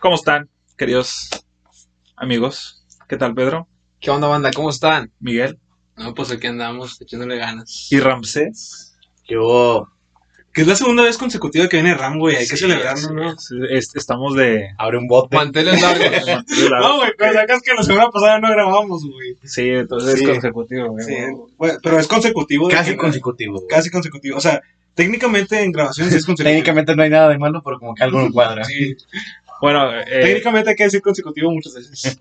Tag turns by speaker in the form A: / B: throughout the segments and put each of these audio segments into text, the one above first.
A: ¿Cómo están, queridos amigos? ¿Qué tal, Pedro?
B: ¿Qué onda, banda? ¿Cómo están?
A: Miguel
B: No, pues aquí andamos, echándole ganas.
A: y Ramsés.
C: Yo,
B: Que es la segunda vez consecutiva que viene Ram, güey. Hay que
C: Sí,
B: celebrarlo,
C: sí.
B: ¿no?
A: Es- estamos de.
C: abre un bote.
B: Manteles
A: de
B: largos.
A: la-
B: no, güey, pero sacas que la semana pasada no grabamos, güey.
A: sí, entonces
C: Sí.
A: es consecutivo. ¿eh? güey.
B: Sí, güey, pero es consecutivo. de
C: Casi
B: que-
C: consecutivo. güey.
B: Casi consecutivo. O sea, técnicamente en grabaciones es consecutivo.
C: Técnicamente no hay nada de malo, pero como que algo no cuadra.
B: Sí.
A: Bueno, eh,
B: Técnicamente hay que decir consecutivo muchas veces.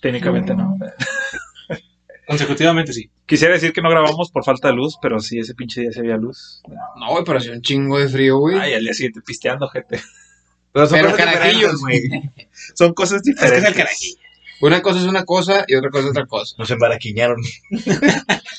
A: técnicamente no.
B: Consecutivamente sí.
A: Quisiera decir que no grabamos por falta de luz, pero sí, ese pinche día se había luz.
D: No, güey, pero hacía un chingo de frío, güey.
A: Ay, al día siguiente pisteando, gente.
C: Pero
D: Pero
C: cosas diferentes,
D: carajillos.
C: güey.
A: Son cosas diferentes.
D: Una cosa es una cosa y otra cosa es otra cosa.
C: Nos embaraquiñaron.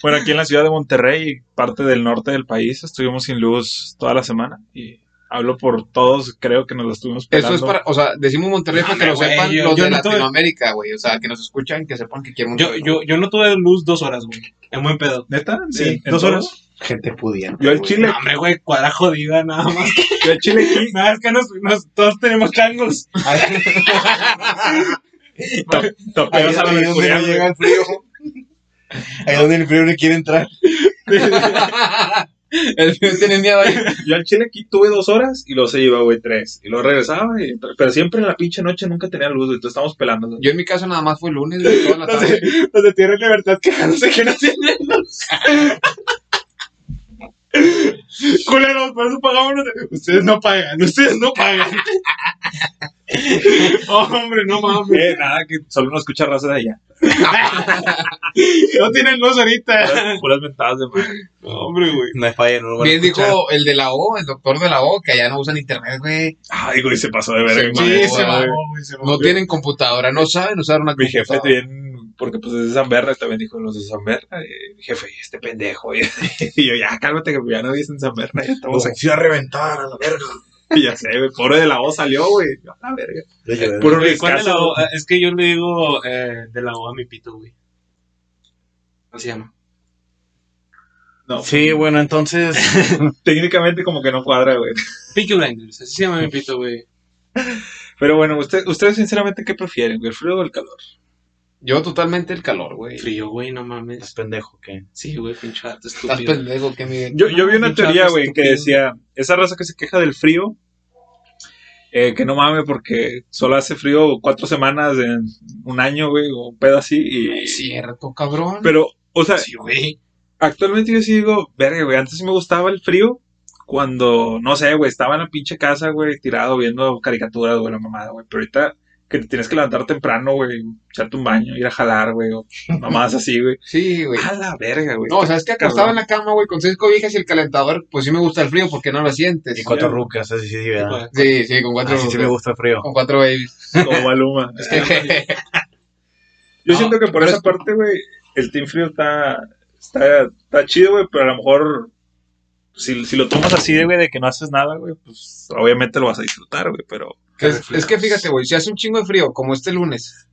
A: Bueno, aquí en la ciudad de Monterrey y parte del norte del país estuvimos sin luz toda la semana y hablo por todos, creo que nos la estuvimos
D: Eso
A: pelando.
D: es para, o sea, decimos Monterrey para que
B: Hombre,
D: lo
B: güey,
D: sepan
B: yo-
D: los
B: yo
D: de
B: no tuve-
D: Latinoamérica, güey. O sea, que nos escuchan, que sepan que quieren
B: Yo,
D: Monterrey.
B: yo, yo no tuve luz dos horas, güey. En buen pedo.
A: ¿Neta?
B: Sí,
A: ¿En
B: dos
A: todo?
B: horas.
C: Gente pudiente.
A: Yo el
C: güey.
A: chile,
B: No, hombre, güey, cuadra jodida, nada más.
A: yo el chile aquí
B: Nada, es que nos, nos- todos tenemos changos.
A: to-
C: Ahí
A: topeos
C: es
A: a la
C: donde no
A: mercurial, güey.
C: llega el frío. Ahí donde el frío no quiere entrar.
D: El frío tiene miedo ahí.
A: Yo al chile aquí tuve dos horas y luego se llevaba, güey, tres. Y luego regresaba, y- pero siempre en la pinche noche nunca tenía luz, güey, entonces estábamos pelándonos.
D: Yo en mi caso nada más fue el lunes, güey, toda la
B: Los de,
D: tarde.
B: los de Tierra y Libertad quejándose que no tienen luz. Culeros, por eso pagamos. los de- Ustedes no pagan, ustedes no pagan. Oh, Hombre, no mames.
A: Eh, nada, que solo no escucha raza de allá.
B: No tienen luz ahorita.
A: Puras- Puras mentadas de madre.
B: Hombre, güey.
C: No hay falla, no lo van a
D: Bien
C: escuchar.
D: dijo el de la O, el doctor de la O, que allá no usan internet, güey.
A: Ay, güey, se pasó de verga.
D: Sí,
A: güey.
D: sí, se va.
B: mamó, güey, se mamó.
D: No tienen computadora, no saben usar una
A: Mi jefe
D: computadora.
A: también, porque pues es de San Berna, también dijo los de San Berna, eh, mi jefe, y este pendejo, y, y yo, ya, cálmate que ya no dicen San Berna, ya
C: Nos
A: estamos aquí,
C: se iba a reventar a la verga.
A: Y ya sé, güey, pobre de la voz salió, güey, a la verga. Puro
B: Güey, ¿cuál de la
A: riscazo,
B: O? Ah, Es que yo le digo eh, de la O a mi pito, güey. ¿Cómo se llama?
A: no,
C: Sí, bueno, entonces.
A: técnicamente como que no cuadra, güey.
B: Peaky Blinders, así se llama mi pito, güey.
A: Pero bueno, usted, ustedes sinceramente, ¿qué prefieren, güey, el frío o el calor?
D: Yo totalmente el calor, güey.
B: Frío, güey, no mames.
C: Es pues, pendejo, ¿qué?
B: Sí, güey, pinche vato
D: Estás
B: estúpido.
D: pendejo, que Miguel.
A: Yo, yo vi una
B: Pinche
A: teoría,
B: vato
A: güey, que
B: estúpido.
A: decía, esa raza que se queja del frío, eh, que no mames porque solo hace frío cuatro semanas en un año, güey, o un pedo así, y...
D: Cierto, cabrón.
A: Eh, Pero, o sea,
D: Sí, güey.
A: actualmente yo sí digo, verga, güey, antes sí me gustaba el frío cuando, no sé, güey, estaba en la pinche casa, güey, tirado viendo caricaturas, güey, la mamada, güey, pero ahorita que te tienes que levantar temprano, güey, echarte un baño, ir a jalar, güey, o mamadas así, güey.
D: Sí, güey.
A: A la verga, güey.
D: No, sabes que acostado en la cama, güey, con seis cobijas y el calentador, pues sí me gusta el frío porque no lo sientes.
C: Y cuatro rucas, así sí, ¿verdad?
D: Sí, sí, con cuatro,
C: Así sí me gusta el frío.
D: con cuatro babies.
A: Como Maluma. Yo
D: No,
A: siento que por
D: pero
A: esa
D: es-
A: parte, güey, el Team Frío está, está, está chido, güey, pero a lo mejor si, si lo tomas pues, así, de, güey, de que no haces nada, güey, pues obviamente lo vas a disfrutar, güey, pero...
D: es, es que fíjate, güey, si hace un chingo de frío, como este lunes,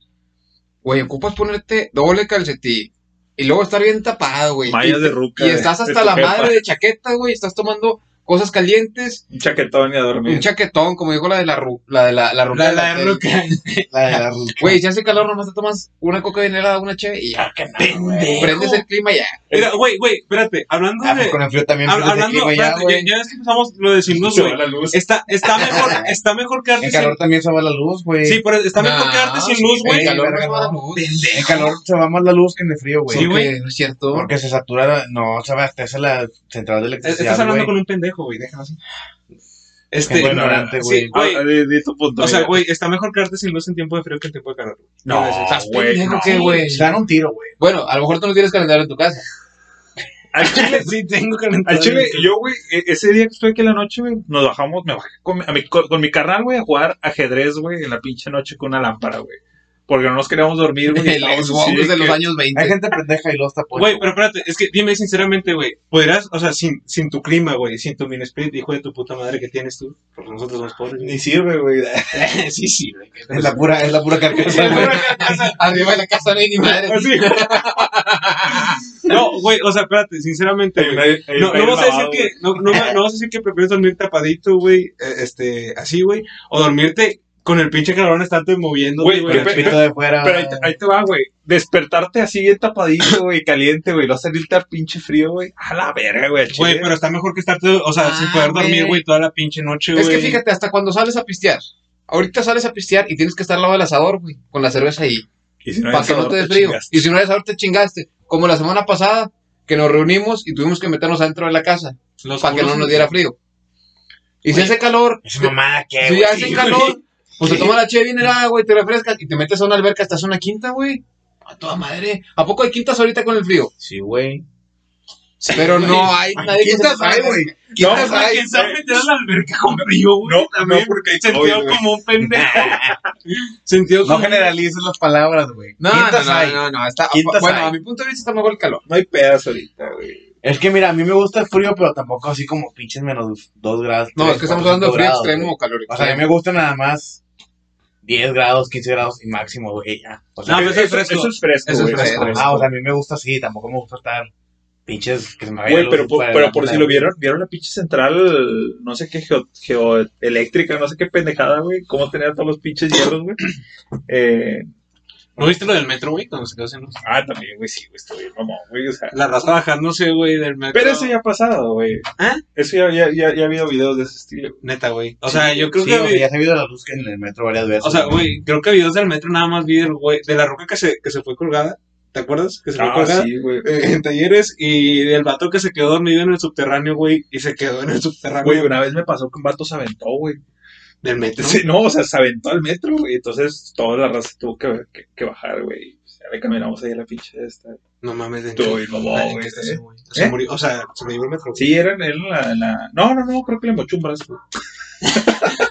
D: güey, ocupas ponerte doble calcetín y luego estar bien tapado, güey.
A: Mallas
D: y,
A: de ruca.
D: y
A: de-
D: estás
A: de
D: hasta
A: tu
D: la
A: jefa.
D: madre de chaqueta, güey, estás tomando cosas calientes,
A: Un chaquetón y a
D: un
A: dormir.
D: chaquetón, como dijo la de la ru, la de la, la ruca
B: La,
D: del
B: la
D: hotel.
B: ruca.
C: La de la ruca.
D: Güey, si hace calor, nomás te tomas una coca bien helada, una cheve y ya. Prendes el clima y ya.
B: Mira, güey, güey, espérate, hablando
C: Ah,
B: de.
C: pues con el frío también.
B: hab-
C: pero es de
B: hablando,
C: clima ya,
B: espérate,
C: güey.
B: ya, ya es que empezamos lo de sin luz,
A: Se va
B: güey.
A: la luz.
B: Está, está mejor, está mejor quedarte
C: En
B: sin
C: calor también se va la luz, güey.
B: Sí, pero está mejor
D: No,
B: quedarte sin
D: sí,
B: luz,
D: En
B: güey. Eh,
D: calor no
C: Verga,
D: se va la
C: no.
D: luz.
C: En calor se va más la luz que en el frío, güey.
B: Sí, güey.
D: Porque, no es cierto.
C: Porque se satura, la- no, se abastece la central de electricidad,
B: Estás hablando
C: güey.
B: con un pendejo, güey, déjalo así. Este,
C: Bueno, ignorante,
B: sí,
C: güey.
A: Ah,
B: güey.
A: de, de tu punto.
B: O sea,
A: mira.
B: güey, está mejor quedarte sin luz en tiempo de frío que en tiempo de calor.
A: No,
D: Estás
A: güey,
D: pendejo,
A: no.
D: ¿qué, güey?
C: Se dan un tiro, güey.
D: Bueno, a lo mejor tú no tienes calendario en tu casa.
A: Al chile,
B: sí, tengo calentador.
A: al chile, yo, güey, e- ese día que estuve aquí en la noche, güey, nos bajamos, me bajé con mi, a mi- con, con mi carnal, güey, a jugar ajedrez, güey, en la pinche noche con una lámpara, güey. Porque no nos queríamos dormir, güey.
D: El
A: estábamos
D: Xbox
A: así
D: de los
A: que-
D: años
C: Hay
D: 20.
C: gente pendeja y los está
B: Güey, pero espérate, es que dime sinceramente, güey, podrás, o sea, sin, sin tu clima, güey, sin tu mini spirit, hijo de tu puta madre que tienes tú, porque nosotros los pobres, güey.
C: Ni sirve, güey.
B: sí, sí, güey. que-
C: Es la pura, es la pura carcasa, güey.
D: Arriba de la casa no hay ni madre.
B: Así. No, güey, o sea, espérate, sinceramente, güey. No, no vas a decir e, que, no, no, va- no vas a decir que prefieres dormir tapadito, güey, eh, este, así, güey, o dormirte con el pinche cabrón estarte moviendo,
A: Güey,
B: güey.
C: Con
A: qué
C: el
B: con
A: pe-
B: la pinche-
C: pito de afuera.
A: Pero ahí te, ahí te va, güey. Despertarte así bien tapadito, güey, caliente, güey. No salirte al pinche frío, güey. A la verga, güey. al chile.
B: Güey, pero está mejor que estarte, o sea, sin
D: Ah,
B: poder dormir,
D: güey.
B: güey, toda la pinche noche, güey.
D: Es que fíjate, hasta cuando sales a pistear. Ahorita sales a pistear y tienes que estar al lado del asador, güey, con la cerveza ahí.
A: Y si no hay
D: para que no
A: asador,
D: te dé frío.
A: chingaste.
D: Y si no eres asador, te chingaste. Como la semana pasada, que nos reunimos y tuvimos que meternos adentro de la casa
B: Los
D: para que no
B: culos-
D: nos diera frío. Y si
C: Güey,
D: hace calor,
C: Es mamada que.
D: si
C: Eh, güey.
D: hace calor, pues te tomas la cheve bien helada, güey, te refrescas y te metes a una alberca, estás en una quinta, güey. A toda madre. ¿A poco hay quintas ahorita con el frío?
C: Sí, güey.
D: Pero no hay nadie que se
C: Quintas hay,
D: prepare. pues,
C: güey.
A: No,
D: Quintas
A: güey,
D: hay.
B: ¿Quién sabe meter a la alberca con frío, güey?
A: No, no,
B: también.
A: porque hay
B: Sentido
A: COVID, güey.
B: como un pendejo. Sentido
C: No
B: como...
C: generalices las palabras, güey.
D: No,
C: Quintas
D: no, no,
C: hay.
D: no, no, está-
C: Quintas
D: bueno,
C: hay.
D: a mi punto de vista está mejor el calor.
A: No hay pedas ahorita, güey.
C: Es que mira, a mí me gusta el frío, pero tampoco así como pinches menos 2 grados.
D: No,
C: tres,
D: es que estamos
C: cuatro,
D: hablando de
C: cinco
D: frío
C: grados,
D: extremo
C: güey.
D: o calor
C: O sea, a mí
D: extremo.
C: me gusta nada más 10 grados, 15 grados y máximo, güey. ya. O sea,
B: No, pero eso es
A: Eso-
B: fresco.
A: Eso es fresco,
D: Eso es
A: güey.
D: fresco.
C: ah, o sea, a mí me gusta así, tampoco me gusta estar pinches que se me vaya
A: Güey,
C: la
A: pero,
C: luz
A: por-
C: para
A: pero
C: la
A: por si
C: banda,
A: lo
C: güey.
A: vieron, vieron la pinche central, no sé qué, geo- geoeléctrica, no sé qué pendejada, güey. Cómo tenía todos los pinches hierros, güey. Eh,
B: ¿No viste lo del metro, güey? Cuando se quedó sin luz.
A: ah, también, güey, sí, güey, estoy bien, mamón, güey, o sea.
B: La raza bajándose, güey, del metro.
A: Pero eso ya ha pasado, güey.
B: ¿Ah?
A: Eso ya, ya, ya, ya ha habido videos de ese estilo.
B: Neta, güey. O sea, yo creo
C: Sí,
B: que...
C: o sea, ya se ha visto la luz que en el metro varias veces.
B: O sea, güey, creo que videos del metro nada más vi del güey, de la roca que se, que se fue colgada. ¿Te acuerdas? Que se fue
A: Ah,
B: colgada
A: sí, güey.
B: eh, en talleres y del vato que se quedó dormido en el subterráneo, güey, y se quedó en el subterráneo
A: Ah, Güey, una vez me pasó que un vato se aventó, güey.
B: del metro.
A: Sí, no, o sea, se aventó al metro, güey. Entonces toda la raza tuvo que, que- que bajar, güey. O sea, le caminamos ahí a la pinche esta.
B: No mames, de
A: Estoy mamón,
B: Ay, ¿en
A: güey.
B: qué estación, güey?
A: ¿Eh?
B: Se murió, o sea, se me llevó el metro. güey.
A: Sí, eran, eran la, la- No, no, no, creo que le mochumbras, güey.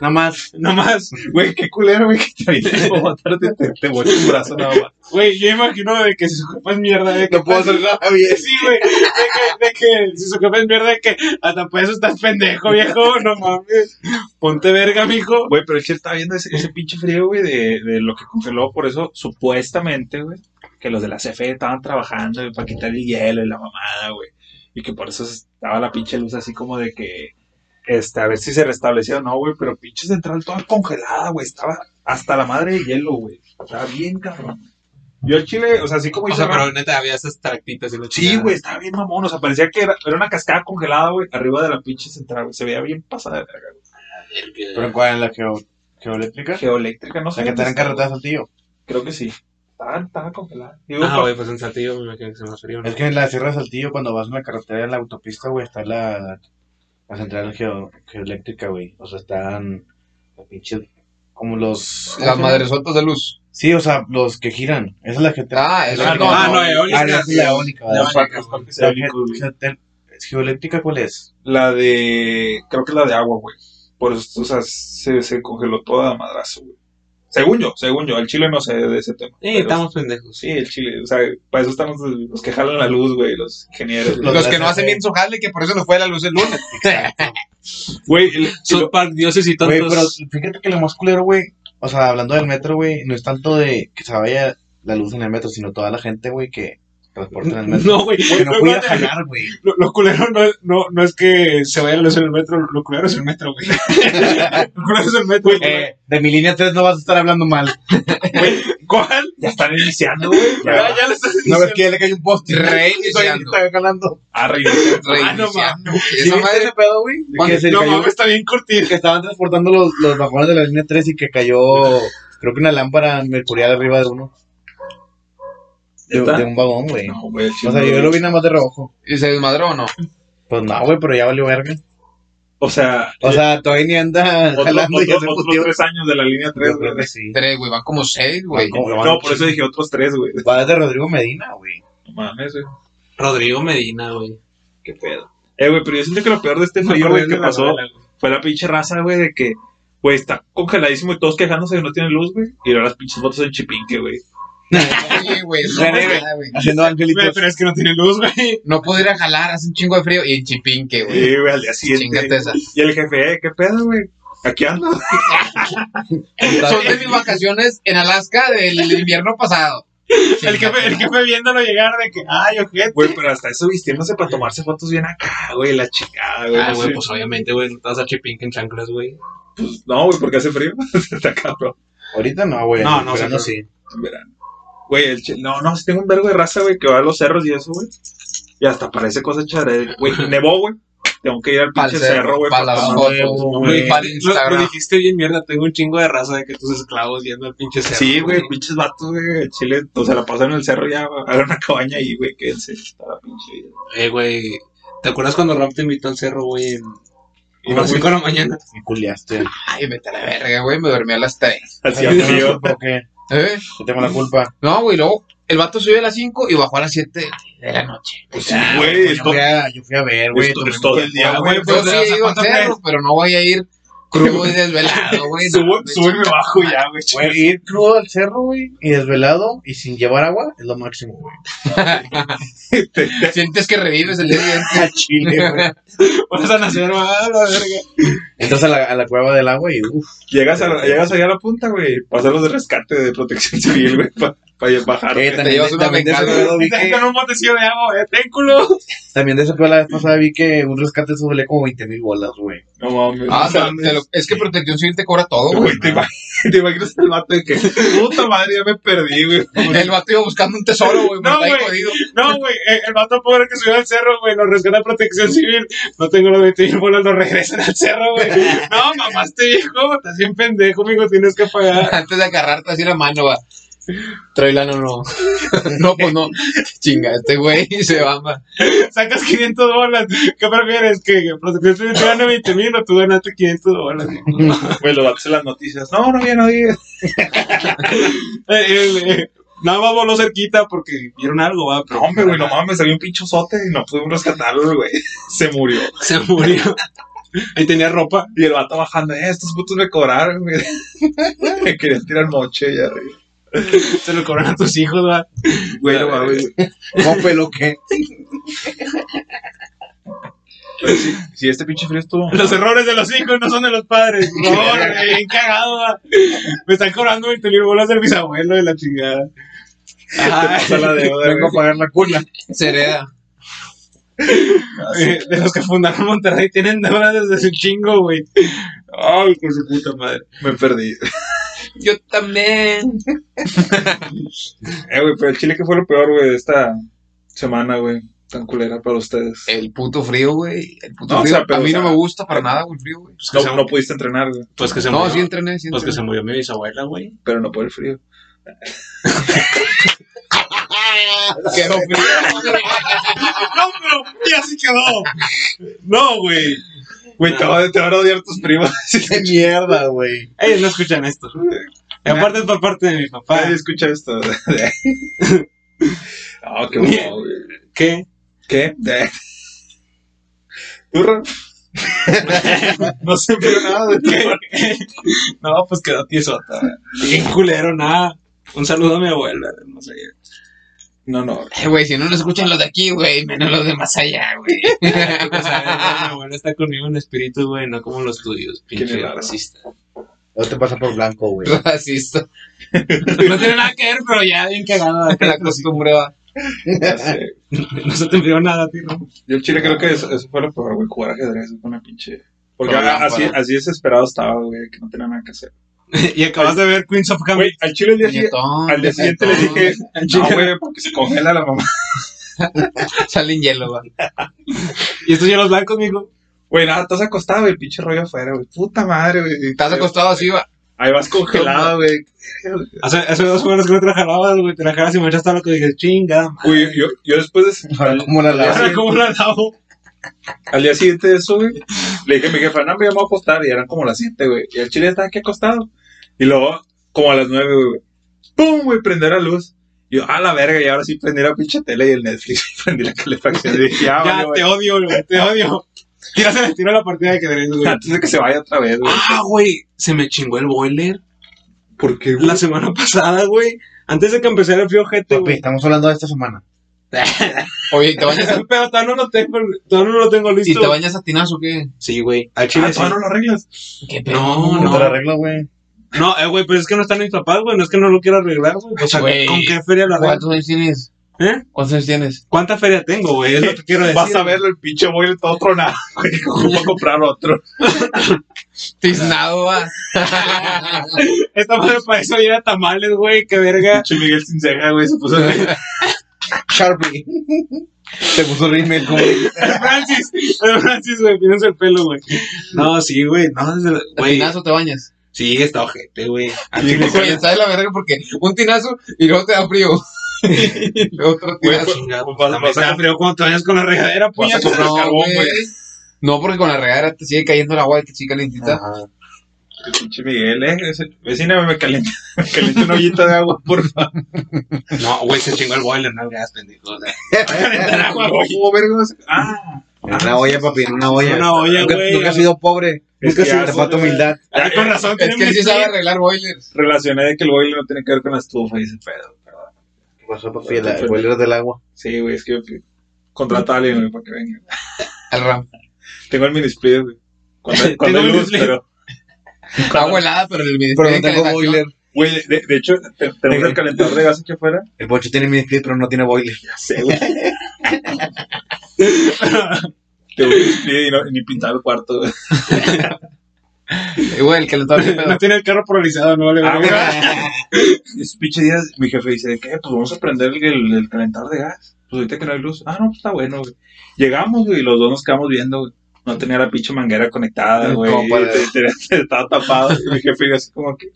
C: nada más.
B: Nomás,
A: Güey, qué culero, güey, que te avientes como matarte, te, te mochó un brazo nada más.
B: güey, yo imagino de que si su jefa es mierda, de que
C: No puedo hacer nada bien.
B: Sí, güey, de que, de que si su jefa es mierda, de que hasta por eso estás pendejo, viejo, no mames. Ponte verga, mijo.
A: Güey, pero el chile estaba viendo ese, ese pinche frío, güey, de, de lo que congeló. Por eso, supuestamente, güey, que los de la CFE estaban trabajando güey, para quitar el hielo y la mamada, güey. Y que por eso estaba la pinche luz así como de que, este, a ver si se restablecía o no, güey. Pero pinche central toda congelada, güey. Estaba hasta la madre de hielo, güey. Estaba bien, cabrón. Yo el chile, o sea, así como
B: O sea,
A: hizo-
B: pero neta, había esas tractitas y la
A: Sí,
B: chingada.
A: güey, estaba bien mamón. O sea, parecía que era, era una cascada congelada, güey, arriba de la pinche central, güey. Se veía bien pasada de verga, güey.
C: ¿Pero en cuál? ¿En la geo... geoeléctrica?
A: Geoeléctrica, no
C: O
A: sé.
C: sea, que
A: dónde
C: te dan
A: está,
C: carretas al tío.
A: Creo que sí. Estaba, estaba congelada. Digo,
B: Ah,
A: pa-
B: güey, pues en Saltillo me imagino que se me frío. ¿no?
C: Es que en la Sierra de Saltillo, cuando vas en la carretera, en la autopista, güey, está la, la central geo- geoeléctrica, güey. O sea, están la pinche, como los... ¿cómo
D: Las
C: se llama?
D: madresotas de luz.
C: Sí, o sea, los que giran. Esa es la que te...
D: Ah, eso
C: la
B: no, ah, no, eólica.
C: Ah, no, es la eólica.
B: La
C: ¿verdad?
A: los parques,
B: eólica, güey.
A: parques
C: La
A: eólicos, güey.
C: ge- ge- geoeléctrica, ¿cuál es?
A: La de. Creo que es la de agua, güey. Por eso, o sea, se, se congeló toda a madrazo, güey. Según yo, según yo. El chile no sé de ese tema.
B: Sí,
A: pero-
B: Eh, estamos pendejos.
A: Sí, el chile. O sea, para eso estamos los que jalan la luz, güey, los ingenieros. güey.
C: Los-
D: Los
C: de
D: que
C: la
D: no hacen
C: CFE.
D: bien su jale, que por eso no fue la luz el lunes.
A: Güey, el-
B: South Park, dioses y
C: Güey, pero
B: tontos.
C: fíjate que lo más culero, güey, o sea, hablando del metro, güey, no es tanto de que se vaya la luz en el metro, sino toda la gente, güey, que transporta en el metro.
B: No, güey.
C: Que no
B: no,
C: pudiera
B: no,
C: jalar, güey.
B: Lo, lo culero no, no, no es que se vaya la luz en el metro, lo culero es el metro, güey. lo culero es el metro. güey.
C: Eh, de mi línea 3 no vas a estar hablando mal.
B: ¿Cuál?
A: ya están iniciando, güey.
B: Ya, ya lo estás
C: No
B: diciendo.
C: ves que ya le cae un poste.
D: Reiniciando.
C: Está jalando.
A: Arriba.
B: Ah, no
D: Reiniciando.
C: ¿Sí
D: Esa
C: viste
D: madre.
C: ese pedo, güey?
B: No,
C: Que se le
B: no
C: cayó-
B: mames, está bien cortito.
C: que estaban transportando los, los vagones de la línea 3 y que cayó, creo que una lámpara mercurial arriba de uno. De,
A: ¿Neta?
C: de un vagón, güey.
A: No, güey, el chile.
C: o sea, yo lo vi nada más de rojo.
D: ¿Y se desmadró o no?
C: Pues no, güey, pero ya valió verga.
A: O sea, eh,
C: O sea, todavía ni anda
A: otro-
C: jalando y ya se
A: otro- otros
C: puteó.
A: tres años de la línea 3,
C: Yo creo que sí.
D: Tres, güey, van como seis, güey.
C: Van como-
A: No, por eso dije otros tres, güey.
C: Va desde Rodrigo Medina, güey.
A: No mames, güey.
B: Rodrigo Medina, güey.
A: Qué pedo. Eh, güey, pero yo siento que lo peor de este
B: Me
A: frío,
B: acordé
A: güey, que
B: de la
A: pasó
B: novela, güey.
A: fue la pinche raza, güey, de que, güey, está congeladísimo y todos quejándose que no tienen luz, güey. Y ahora las pinches fotos en chipinque, güey.
D: Oye, güey, eso
C: Güey,
D: no,
C: güey.
D: nada, güey.
C: Haciendo angelitos.
B: Güey, Pero es que no tiene luz, güey.
D: No puedo ir a jalar, hace un chingo de frío y en chipinque, güey.
A: Y, güey, al día
D: Chingate
A: siguiente.
D: esa.
A: Y el jefe, eh, qué pedo, güey. Aquí ando.
D: Son de mis vacaciones en Alaska del invierno pasado.
B: El jefe, el jefe viéndolo llegar de que, ay, ojete.
A: Güey, pero hasta eso vistiéndose para tomarse fotos bien acá, güey, la chingada, güey.
B: Ah,
A: no
B: güey,
A: sé.
B: pues obviamente, güey, no te vas a chipinque en chanclas, güey.
A: Pues no, güey, porque hace frío. Está cabrón.
C: Ahorita no, güey.
B: No,
C: en
B: no,
C: verano
B: sí,
C: sí.
A: en verano. Güey, el chile. No, no, si tengo un vergo de raza, güey, que va a los cerros y eso, güey. Y hasta parece cosa chare. Güey, nevó, güey. Tengo que ir al
D: Pa'l
A: pinche
D: cerro,
A: cerro, güey.
D: pa' las
A: tomar
D: fotos,
A: fotos, no,
D: güey,
A: güey.
D: para
B: Lo, lo
D: Instagram.
B: dijiste bien, mierda. Tengo un chingo de raza de que tus esclavos yendo al pinche cerro.
A: Sí, güey, pinches vatos, güey, al chile, o sea, la pasan en el cerro ya, hagan una cabaña ahí, güey, quédense, está la pinche vida.
B: Eh, güey. ¿Te acuerdas cuando Ram te invitó al cerro, güey? en-
A: Y
B: A
A: no
B: las
A: fui
B: 5 de la mañana.
C: Me culiaste.
D: Ay, vete a la verga, güey. Me dormí a las 3.
A: así
C: Ay,
A: a
C: yo no sé
A: frío.
C: ¿Por qué?
D: ¿Eh?
C: Yo tengo la culpa.
D: No, güey, luego el vato subió a las 5 y bajó a las 7 de la noche.
A: Pues sí, güey,
C: Yo
A: esto
C: fui a, yo fui a ver, güey.
A: esto-
C: tomé
A: es todo
C: mucho
A: el día,
C: alcohol,
A: güey, pues,
D: Yo
A: pero
D: sí
A: te vas a
D: digo al
A: cuánto
D: cerro, pero no voy a ir crudo y desvelado, güey.
A: subo,
D: No,
A: subo y me bajo ya, güey.
C: Güey, ir crudo al cerro, güey, y desvelado y sin llevar agua es lo máximo, güey.
D: Sientes que revives el día siguiente.
C: A Chile, güey.
B: Vas a nacer, güey, a la verga.
C: Entras a la, a la cueva del agua y uff.
A: Llegas, a, la- llegas allá a la punta, güey, pasan los de rescate de protección civil, güey, para bajar.
C: Eh,
D: Te llevas
C: también,
D: una
C: también de ese
D: bengala.
C: pedo vi que,
B: Con un botecillo de agua, güey. Ten culo.
C: también de ese pedo la vez pasada vi que un rescate subió como 20 mil bolas, güey.
A: No mames.
D: Ah,
A: no
D: te- te lo- es que Protección Civil te cobra todo, güey.
A: Güey, te, imag- te imaginas el vato de que, puta madre, ya me perdí, güey.
D: El vato iba buscando un tesoro, güey.
B: No,
D: No,
B: güey. No, güey, eh, el vato pobre que subió al cerro, güey, lo rescata protección civil. No tengo los 20 mil bolas, lo regresan al cerro, güey. No, mamaste, viejo, estás bien pendejo, amigo, tienes que pagar.
D: Antes de agarrarte así la mano, va. Trae lana o no. No, pues no. Chinga, este güey se va, ma.
B: Sacas 500 bolas. ¿Qué prefieres? ¿Que protección civil te gane 20 mil o tú ganaste 500 bolas?
A: Güey, los vatos en las noticias, no, no, bien, no, bien.
B: Eh, el, eh, nada más voló cerquita porque vieron algo, va.
A: No, hombre, güey, no mames, había un pincho sote y no pudimos rescatarlo, güey. Se murió.
B: Se murió. Ahí tenía ropa.
A: Y el vato bajando, eh, estos putos me cobraron, güey. Me querían tirar moche allá arriba.
B: Se lo cobran a tus hijos, va.
A: Güey, no mames.
C: ¿Cómo pelo qué?
A: Si este pinche frío estuvo.
B: Los errores de los hijos no son de los padres. No, güey, bien cagado. va. Me están cobrando 20 mil bolas del bisabuelo de la chingada.
A: pasa la deuda,
C: Vengo a
A: güey.
C: pagar la cuna.
D: Se hereda.
B: Eh, de los que fundaron Monterrey tienen deudas desde su chingo, güey. Ay, con su puta madre.
A: Me perdí.
D: Yo también.
A: Eh, güey, pero el chile que fue lo peor, güey, de esta semana, güey. Tan culera para ustedes.
D: El puto frío, güey. El puto
A: No, o
D: frío.
A: sea, pero,
D: a
A: o
D: mí
A: sea,
D: no me gusta para nada, güey, el frío, güey.
B: Pues que
A: No, no pudiste entrenar, güey,
B: pues que se
D: No,
B: murió.
D: sí entrené, sí
B: pues que
D: entrené.
B: se murió mi bisabuela, güey.
A: pero no por el frío.
D: Quedó frío.
B: Ah, No, pero ya sí quedó. No, güey.
A: Güey, te, va- te van a odiar tus primas.
C: ¡Qué mierda, güey!
B: Ellos no escuchan esto. Y aparte es por parte de mi papá.
A: Nadie escucha esto. Ah, qué bueno, güey.
B: ¿Qué?
A: ¿Qué? De- ¿Tú, Ron? no se vio nada de ti.
B: No, pues quedó tiesota. Bien culero, nada. Un saludo a mi abuela. No sé.
A: No, no.
D: Eh, Güey, si no nos escuchan los de aquí, güey, menos los de más allá, güey.
B: Pues, a ver, mi abuela está conmigo en espíritu, güey, no como los tuyos,
A: ¿Quién
B: pinche
A: era?
B: racista.
C: No te pasa por blanco, güey.
D: Racista.
B: No tiene nada que ver, pero ya bien cagada.
D: La costumbre va.
A: Ya sé.
B: No se te envió nada, tío.
A: Yo el chile creo que eso, eso fue lo peor, güey. Jugar ajedrez con una pinche. Porque
D: Con la
A: a- así,
D: lámpara.
A: así desesperado estaba, güey, que no tenía nada que hacer.
B: Y acabas de ver Queens of Camp.
A: Güey, al chile el día, siguiente-
D: Puñetón,
A: al día siguiente le
D: puñetón.
A: dije, no, güey, porque se congela la mamá.
D: Sale en hielo, va.
B: Y estos los blancos, mijo.
A: Güey, nada, estás acostado, güey, pinche rollo afuera, güey. Puta madre, güey.
D: Estás acostado así, va.
A: Ahí vas congelado, güey.
B: Hace, hace dos semanas que no te la jalabas, güey. Te la jalabas y manchaste algo que dije, chinga. madre.
A: Güey, yo, yo después de.
C: Ahora, ¿cómo la lavas?
B: Ahora, ¿cómo la lavo?
A: Al día siguiente de eso, güey, le dije a mi jefa, no, me vamos a acostar. Y eran como las 7, güey. Y el chile estaba aquí acostado. Y luego, como a las 9, güey, ¡pum! güey, prender la luz. Y yo, a la verga, y ahora sí prendí la pinche tele y el Netflix. Y prendí la calefacción. Y dije, ya,
B: Ya,
A: vale, güey.
B: te odio, güey. Te odio. Tiras el tiro a la partida de ajedrez, güey.
A: Antes de que se vaya otra vez, güey.
B: Ah, güey. Se me chingó el boiler.
A: ¿Por qué, güey?
B: La semana pasada, güey. Antes de que empezara el frío, gente,
C: Papi,
B: güey.
C: estamos hablando de esta semana.
D: Oye, ¿te bañas, a-
B: Pero todavía no lo tengo, todavía no lo tengo
D: ¿y
B: listo.
D: te bañas a tinazo o qué?
B: Sí, güey. Al chile
A: Ah,
B: sí.
A: todavía no lo arreglas.
D: ¿Qué
B: No,
C: No
B: no.
C: te la arreglo, güey.
B: No, eh, güey, pero es que no están mis papás, güey. No es que no lo quiera arreglar, güey. O sea,
D: Güey.
B: ¿con qué feria lo arreglas?
D: ¿Cuántos años tienes?
B: ¿Eh?
D: ¿Cuántos años tienes?
B: ¿Cuánta feria tengo, güey? Es lo que quiero decir.
A: Vas a verlo el pinche boiler todo tronado, güey, que ocupa comprar otro.
D: Tiznado, va.
B: Esta madre para eso ya era tamales, güey, qué verga.
A: Pinche Miguel sin ceja, güey, se puso a
C: Sharpie. Se puso rímel como.
B: El Francis, el Francis, güey, tienes el pelo, güey. No, sí, güey, no, desde la-
D: ¿Te
B: güey.
D: tinazo o te bañas?
B: Sí, está ojete, güey. A mí me
D: Oye, ¿sabes la verga? Porque un tinazo y luego te da frío. y luego otro tinazo.
B: También está frío cuando te bañas con la regadera,
A: Vas a
B: puñetas.
A: comprar
D: No,
A: carbón,
D: güey.
B: pues,
A: güey.
D: No, porque con la regadera te sigue cayendo el agua y te sigue calientita.
C: Ah.
A: El Pinche Miguel, eh. Ese- Vecina, me calienta, me calienta una ollita de agua, por favor.
B: No, güey, se chingó el boiler, no gas, pendejo.
C: ¿Cómo, vergas?
A: Ah,
C: En una olla, papi, en una olla.
B: Una olla,
C: Nunca,
B: güey.
C: nunca has sido pobre.
A: Es
C: Nunca
A: que
C: has sido,
A: ya
C: te falta
A: son-
C: humildad.
B: Ah, con razón,
D: Es
B: tiene
D: que él sí
B: un
D: sabe
B: sabe.
D: arreglar boilers.
A: relacioné de que el boiler no tiene que ver con la estufa y ese pedo, perdón.
C: ¿Qué pasó, papi? El, el boiler del agua.
A: Sí, güey, es que yo fui- contrata a alguien, güey, para que venga.
D: Al ram.
A: Tengo el mini split, güey. Cuando, cuando hay
B: Tengo el
A: luz,
B: mini split.
A: pero.
D: Agua helada, pero el
C: Pero no tengo boiler.
A: Güey, de, de hecho, te- tenemos el calentador de gas aquí afuera.
C: El bocho tiene mini split, pero no tiene boiler.
A: Ya sé, güey. Tengo un mini split y no- ni pintar el cuarto, güey.
D: Eh, Güey, el calentador qué pedo.
B: No tiene el carro polarizado, no vale,
A: Ah,
B: verga.
A: Esos pinche días, mi jefe dice, ¿de qué? Pues vamos a prender el, el- el calentador de gas. Pues ahorita que no hay luz. Ah, no, pues está bueno, güey. Llegamos, güey, y los dos nos quedamos viendo, güey. No tenía la pinche manguera conectada, güey.
C: Como para-
A: Te- te- te- Estaba tapado. Y mi jefe iba así como que,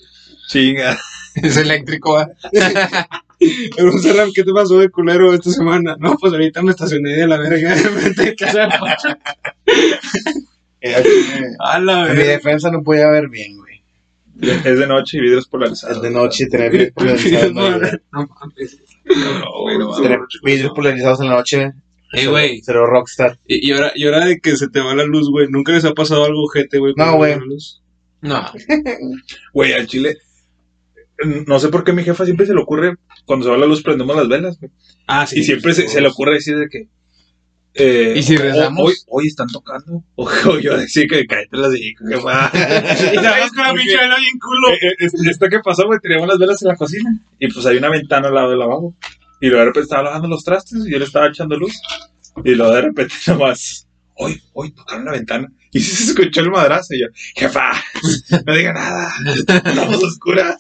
A: chinga.
D: Es eléctrico, va.
B: Pero, Serram, ¿qué te pasó de culero esta semana? No, pues ahorita me estacioné de la verga de frente de casa de Pacho. A la
C: Eh, En mi
B: verga.
C: defensa no podía ver bien, güey.
A: Es de noche y vidrios polarizados.
C: Es de noche y tener vidrios polarizados. no ayuda.
B: No mames.
A: No, güey, no,
C: Tener
A: no.
C: vidrios polarizados en la noche.
B: Eh, güey.
C: Cero rockstar.
B: Y, y ahora, y ahora de que se te va la luz, güey. ¿Nunca les ha pasado algo gente, güey?
C: No,
B: cuando
C: güey.
B: va la luz?
D: No.
A: Güey, al chile. No sé por qué a mi jefa siempre se le ocurre, cuando se va la luz, prendemos las velas, güey.
B: Ah, sí.
A: Y siempre se, se le ocurre decir de que. eh,
D: ¿Y si
A: ho-
D: rezamos?
A: Hoy, hoy están tocando. O, o yo decir que cállate las hijas, que va.
B: Y te vas con la pinche vela bien culo.
A: Eh, eh, es- Esto que pasó, güey, teníamos las velas en la cocina. Y pues hay una ventana al lado del lavabo. Y luego de repente estaba lavando los trastes y yo le estaba echando luz. Y luego de repente nomás. Hoy, hoy tocaron la ventana. Y se escuchó el madrazo. Y yo, jefa, no diga nada. Estamos a oscuras.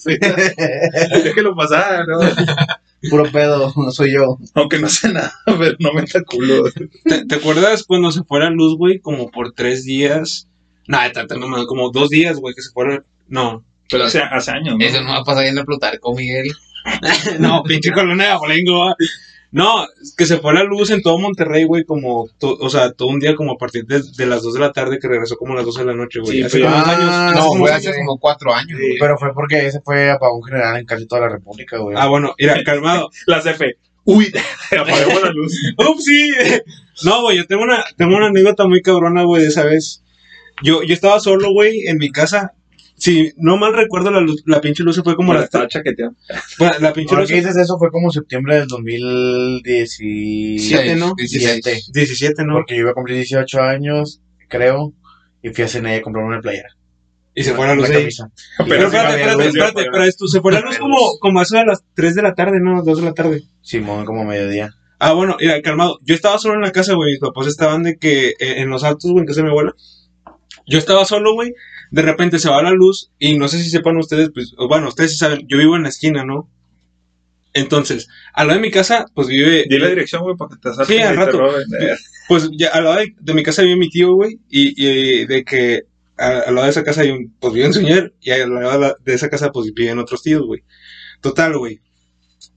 A: Déjelo pasar, ¿no?
C: Puro pedo, no soy yo.
A: Aunque no sé nada, pero no me da culo.
B: ¿Te, te acuerdas cuando se fue la luz, güey? Como por tres días. No, está tan mamado, Como dos días, güey, que se fueron. No.
A: Pero hace, hace años, ¿no?
D: Eso no va a pasar en el Plutarco, Miguel.
B: No, pinche colonia de abolengo. ah. No, que se fue la luz en todo Monterrey, güey, como, to- o sea, todo un día como a partir de, de las 2 de la tarde que regresó como a las 2 de la noche, güey.
A: Sí,
B: Hace
A: pero-
B: unos
C: Ah,
B: años.
C: no,
D: No,
B: unos
D: fue
B: años.
D: hace como cuatro años. güey.
C: Pero fue porque ese fue apagón general en casi toda la república, güey.
B: Ah, bueno, mira, calmado.
A: La CF. Uy, apagamos la luz.
B: Upsi. No, güey, yo tengo una, tengo una anécdota muy cabrona, güey, de esa vez. Yo, yo estaba solo, güey, en mi casa. Si no mal recuerdo, la, luz- la pinche luz se fue como
A: Como
B: a
A: la
B: las
A: estaba chaqueteando.
B: Bueno, la pinche
C: Ahora
B: luz
C: que dices eso fue como septiembre del 2017,
D: Seis,
C: ¿no?
D: 17.
C: 17.
B: 17, ¿no?
C: Porque yo iba a cumplir 18 años, creo, y fui a CNE a comprarme una playera.
B: Y se fue la luz
C: Una
B: ahí.
C: camisa.
A: Pero,
B: Pero
C: sí había
B: espérate, espérate,
C: luz,
A: sí
B: espérate,
A: había
B: pero esto se fue la luz
C: Había
B: como,
C: luz.
B: como a eso de las 3 de la tarde, ¿no? 2 de la tarde.
C: Simón, como mediodía.
B: Ah, bueno, mira, calmado. Yo estaba solo en la casa, güey. Mis papás estaban de que eh, en los altos, güey, en casa de mi abuela. Yo estaba solo, güey. De repente se va la luz y no sé si sepan ustedes, pues, o bueno, ustedes sí saben, yo vivo en la esquina, ¿no? Entonces, a lo de mi casa, pues vive...
A: Di la dirección, güey, para que te asalten
B: Sí, al
A: y te
B: rato.
A: roben.
B: Pues ya al lado de, de mi casa vive mi tío, güey, y, y de que a- al lado de esa casa hay un, pues vive un señor, y al lado de, la- de esa casa pues viven otros tíos, güey. Total, güey.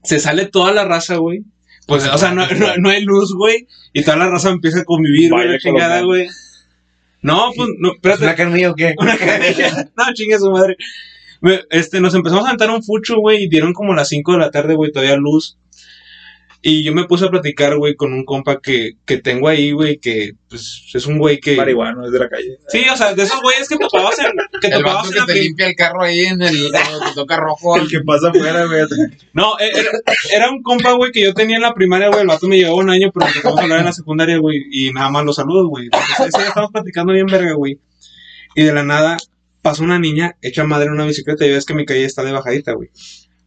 B: Se sale toda la raza, güey. Pues, o sea, no, no- no hay luz, güey, y toda la raza empieza a convivir, güey,
A: Vaya
B: la chingada,
A: colombiano.
B: güey. No, pues, no,
C: ¿Es
B: espérate.
C: una carnilla o qué?
B: Una carrilla. No, chingue su madre. Me- Este, nos empezamos a aventar un fucho, güey, y dieron como las 5 de la tarde, güey, todavía luz. Y yo me puse a platicar, güey, con un compa que, que tengo ahí, güey, que pues, es un güey que...
A: Marihuano, es de la calle.
B: Sí, o sea, de esos güeyes que topabas en, que
D: El vato
B: topabas en
D: que
B: la
D: te
B: prim-
D: limpia el carro ahí en el. cuando te toca rojo.
A: El que pasa afuera, güey.
B: No, e- era, era un compa, güey, que yo tenía en la primaria, güey. El vato me llevaba un año, pero empezamos a hablar en la secundaria, güey. Y nada más los saludos, güey. Entonces, ese día estábamos platicando bien verga, güey. Y de la nada pasó una niña hecha madre en una bicicleta. Y ves que mi calle está de bajadita, güey.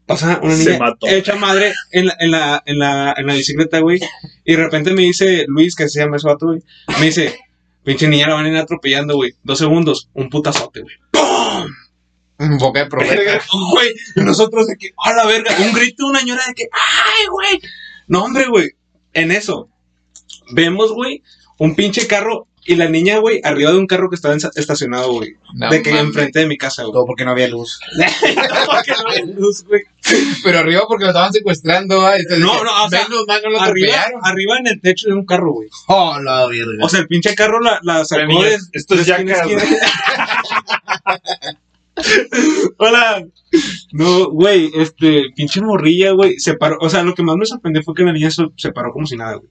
B: pasa una
A: Se
B: niña
A: mató.
B: hecha madre en la, en la, en la, en la bicicleta, güey. Y de repente me dice Luis, que se llama ese vato, güey. Me dice, pinche niña la van a ir atropellando, güey. Dos segundos, un putazote, güey.
D: Un Boca de
B: Verga,
D: profeta.
B: Güey, y nosotros de que, a la verga, un grito, una ñora de que, ay, güey. No, hombre, güey, en eso. Vemos, güey, un pinche carro y la niña, güey, arriba de un carro que estaba ensa- estacionado, güey.
D: No
B: de que
D: mames.
B: enfrente de mi casa, güey.
C: Todo porque no había luz.
B: Porque no hay luz, güey.
D: Pero arriba porque lo estaban secuestrando. ¿va? Entonces,
B: No, no, o sea,
D: menos mal no lo
B: Arriba,
D: atropellaron.
B: arriba en el techo de un carro, güey.
C: Oh, la verga.
B: O sea, el pinche carro la, la sacó
A: Mira,
B: de,
A: esto es
B: de esquina a
A: Jackass,
B: esquina. Hola. No, güey, este, pinche morrilla, güey, se paró. O sea, lo que más me sorprendió fue que la niña se, se paró como si nada, güey.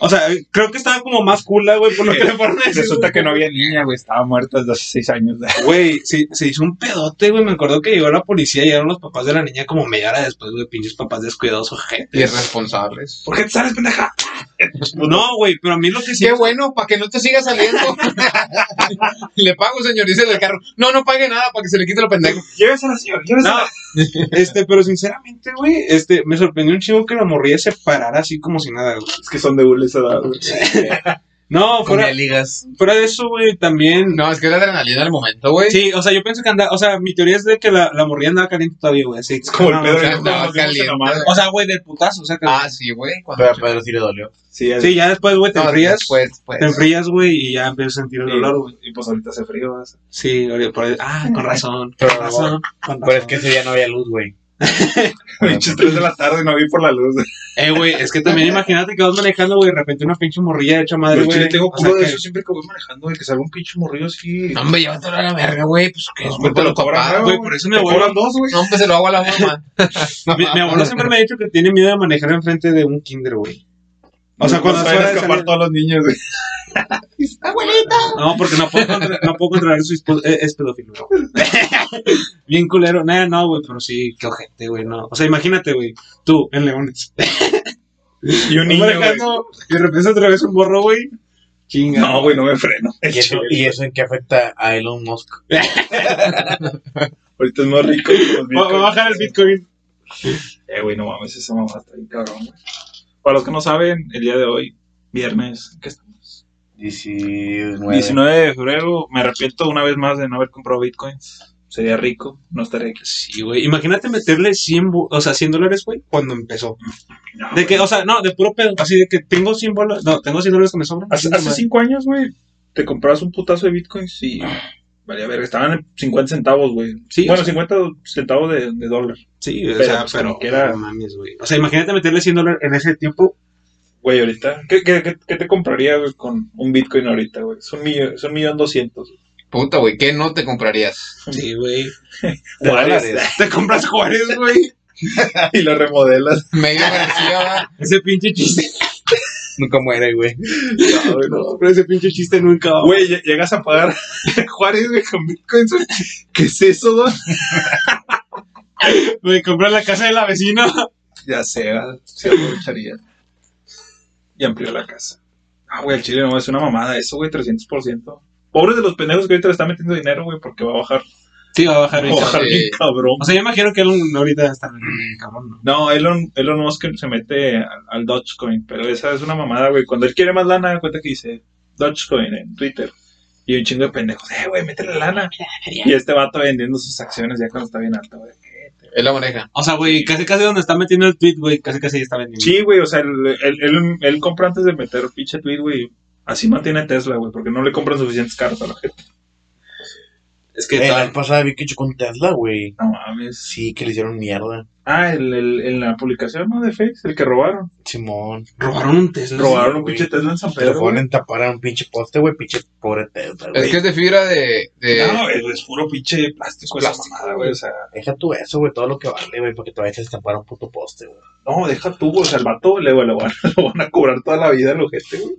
B: O sea, creo que estaba como más cool, güey, por lo que le fueron a decir.
A: Resulta que no había niña, güey. Estaba muerta desde hace seis años.
B: Güey, se, se hizo un pedote, güey. Me acuerdo que llegó la policía y llegaron los papás de la niña como media hora después, güey, pinches papás descuidados, gente.
D: Irresponsables.
A: ¿Por qué te sales, pendeja?
B: No, güey, pero a mí lo que sí.
D: Qué bueno, para que no te siga saliendo. le pago, señor, dice el carro. No, no pague nada para que se le quite lo pendejo.
A: Llévesela, señor. Llévesela.
B: No, este, pero sinceramente, güey, este, me sorprendió un chingo que la morrilla se parara así como si nada, güey.
A: Es que son de burla esa edad, güey.
B: No,
C: Con
B: fuera,
C: las ligas.
B: fuera de eso, güey, también.
D: No, es que es la adrenalina del momento, güey.
B: Sí, o sea, yo pienso que anda, o sea, mi teoría es de que la, la morrilla andaba caliente todavía, güey, así.
A: Como el
B: no,
A: Pedro
B: o sea,
A: de
D: no,
A: Nos vemos en la madre.
B: O sea, güey, del putazo, o sea, que-
D: Ah, sí, güey. Cuando
C: Pero a Pedro sí le dolió.
A: Sí, es-
B: sí, ya después, güey, te
D: No,
B: enfrías,
D: después, pues.
B: te enfrías, güey, y ya empiezas a sentir el dolor, güey.
A: Y pues ahorita hace frío. ¿verdad?
B: Sí, ahorita por ahí- ah, con razón,
C: Pero-
B: con razón. con
C: Pero es
B: razón.
C: que ese día no había luz, güey.
A: Pinches tres de la tarde no vi por la luz.
B: Eh, güey, es que también imagínate que vas manejando, güey, de repente una pinche morrilla hecha madre,
A: Yo
B: güey.
A: le tengo
B: O sea,
A: culo de
B: que-
A: eso siempre que voy manejando, de que salga un pinche morrillo así.
D: No, hombre, llévatelo a la verga, güey. Pues que es culpa de los papás.
B: güey, por eso mi
A: me
B: abuelo-
A: cobran dos, güey.
D: No, hombre, se lo hago a la mamá.
B: Mi, mi abuelo siempre me ha dicho que tiene miedo de manejar enfrente de un kinder, güey. O sea, cuando
A: No
B: es
A: saben
B: hora de
A: escapar
B: salir-
A: todos los niños, güey.
B: No, porque no puedo, contra- no puedo controlar su espo- eh, es pedófilo. güey. Bien culero. Nah, no, güey, pero sí, qué ojete, güey, no. O sea, imagínate, güey, tú en Leones.
A: Y un niño, güey.
B: manejando y de repente otra vez un borro, güey. Chinga.
A: No, güey, no me freno.
C: ¿Y eso, ¿Y eso en qué afecta a Elon Musk?
A: Ahorita es más rico.
B: Va, va a bajar el Bitcoin.
A: Eh, güey, no mames, esa mamá está bien cabrón, güey. Para los que no saben, el día de hoy, viernes, ¿qué estamos?
C: 19.
A: 19 de febrero, me arrepiento una vez más de no haber comprado bitcoins. Sería rico, no estaría aquí.
B: Sí, güey. Imagínate meterle 100, bu- o sea, 100 dólares, güey, cuando empezó.
A: No,
B: De
A: güey.
B: que, o sea, no, de puro pedo. Así de que tengo 100 bolas. No, tengo 100 dólares que me sobran.
A: Hace, hace cinco años, güey, te comprabas un putazo de bitcoins y... Vale, a ver, estaban en 50 centavos, güey.
B: Sí,
A: bueno,
B: o sea,
A: 50 centavos de, de dólar.
B: sí, o
A: pero,
B: sea,
A: pues,
B: pero.
A: como quiera.
B: no mames, güey. O sea, imagínate meterle 100 dólares en ese tiempo.
A: Güey, ahorita, ¿qué, qué, qué, qué te comprarías güey, con un bitcoin ahorita, güey? Es un millón, es un millón doscientos.
D: Puta, güey, ¿qué no te comprarías?
B: Sí, güey.
A: De
C: Dólares.
A: dólares.
B: Te compras Juárez, güey.
A: Y lo remodelas.
D: Medio García, ¿va?
B: Ese pinche chiste.
C: Nunca muere, güey.
A: No, güey, no.
B: No, pero ese pinche chiste nunca va.
A: Güey, lle- llegas a pagar Juárez, güey, con bitcoins. güey. ¿Qué es eso, don?
B: Güey, compras la casa de la vecina.
A: Ya sea, se aprovecharía. Y amplió la casa. Ah, güey, el chile no, es una mamada eso, güey, 300%. Pobres de los pendejos que ahorita le están metiendo dinero, güey, porque va a bajar.
B: Sí, va a bajar
A: Va
B: ahorita.
A: a bajar bien
D: sí.
A: cabrón.
B: O sea, yo imagino que Elon ahorita está re- cabrón, ¿no?
A: No, Elon, Elon Musk se mete al, al Dogecoin, pero esa es una mamada, güey. Cuando él quiere más lana, da cuenta que dice Dogecoin en Twitter. Y un chingo de pendejos, eh, güey, métele lana. Y este vato vendiendo sus acciones ya cuando está bien alto, güey.
D: Es la oreja.
B: O sea, güey, casi casi donde está metiendo el tweet, güey, casi casi ya está vendiendo.
A: Sí, güey, o sea, él, él- él- él compra antes de meter pinche tweet, güey. Así mantiene Tesla, güey, porque no le compran suficientes carros a la gente.
B: Es que
C: El
B: tal-
C: año pasado Eh, vi que chocó un Tesla, güey.
A: No mames.
C: Sí, que le hicieron mierda.
A: Ah, el, el- en la publicación, ¿no? De Face, el que robaron.
C: Simón.
B: robaron un Tesla.
A: robaron un
C: güey.
A: pinche Tesla en San
C: Pero
A: Pedro. güey.
C: ponen tapar a un pinche poste, güey. Pinche pobre Tesla,
D: Es
C: güey.
D: que es de fibra de. de-
A: No, es, es puro pinche plástico, esa
D: Plástico,
A: mamada, güey. O sea,
C: Deja tú eso, güey. Todo lo que vale, güey. Porque todavía te estampar un puto poste, güey.
A: No, deja tú, o sea, el vato le, le van, lo van a cobrar toda la vida al ojete, güey.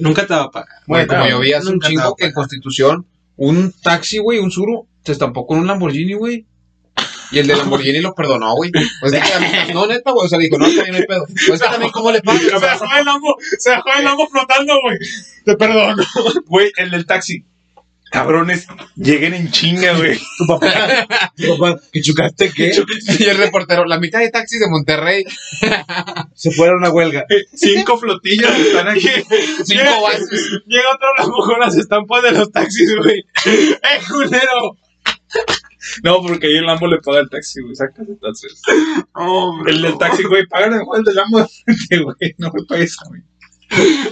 B: Nunca te va a pagar.
D: Güey, como yo vi hace un
B: nunca te va
D: chingo
B: a
D: que en
B: pagar.
D: Constitución, un taxi, güey, un suru, se estampó con un Lamborghini, güey. Y el de Lamborghini lo perdonó, güey. O sea, que- no, neta, güey. O sea, dijo, no, está bien, no hay pedo. O sea, también, ¿cómo le pago?
B: Se dejó el lambo, se dejó el lambo flotando, güey. Te perdono.
A: Güey, el del taxi. cabrones, lleguen en chinga, güey.
C: Tu papá, tu papá, ¿que chocaste qué?
D: Y el reportero, la mitad de taxis de Monterrey,
C: Se fueron a una huelga.
A: Cinco flotillas están aquí.
D: cinco bases.
A: Llega otro a lo mejor las estampas de los taxis, güey. ¡Eh, culero! No, porque ahí el Lambo le paga el taxi, güey. Sacas entonces.
B: Hombre,
A: El del taxi, güey, págale mejor el del Lambo de frente, güey. No me pagues a mí.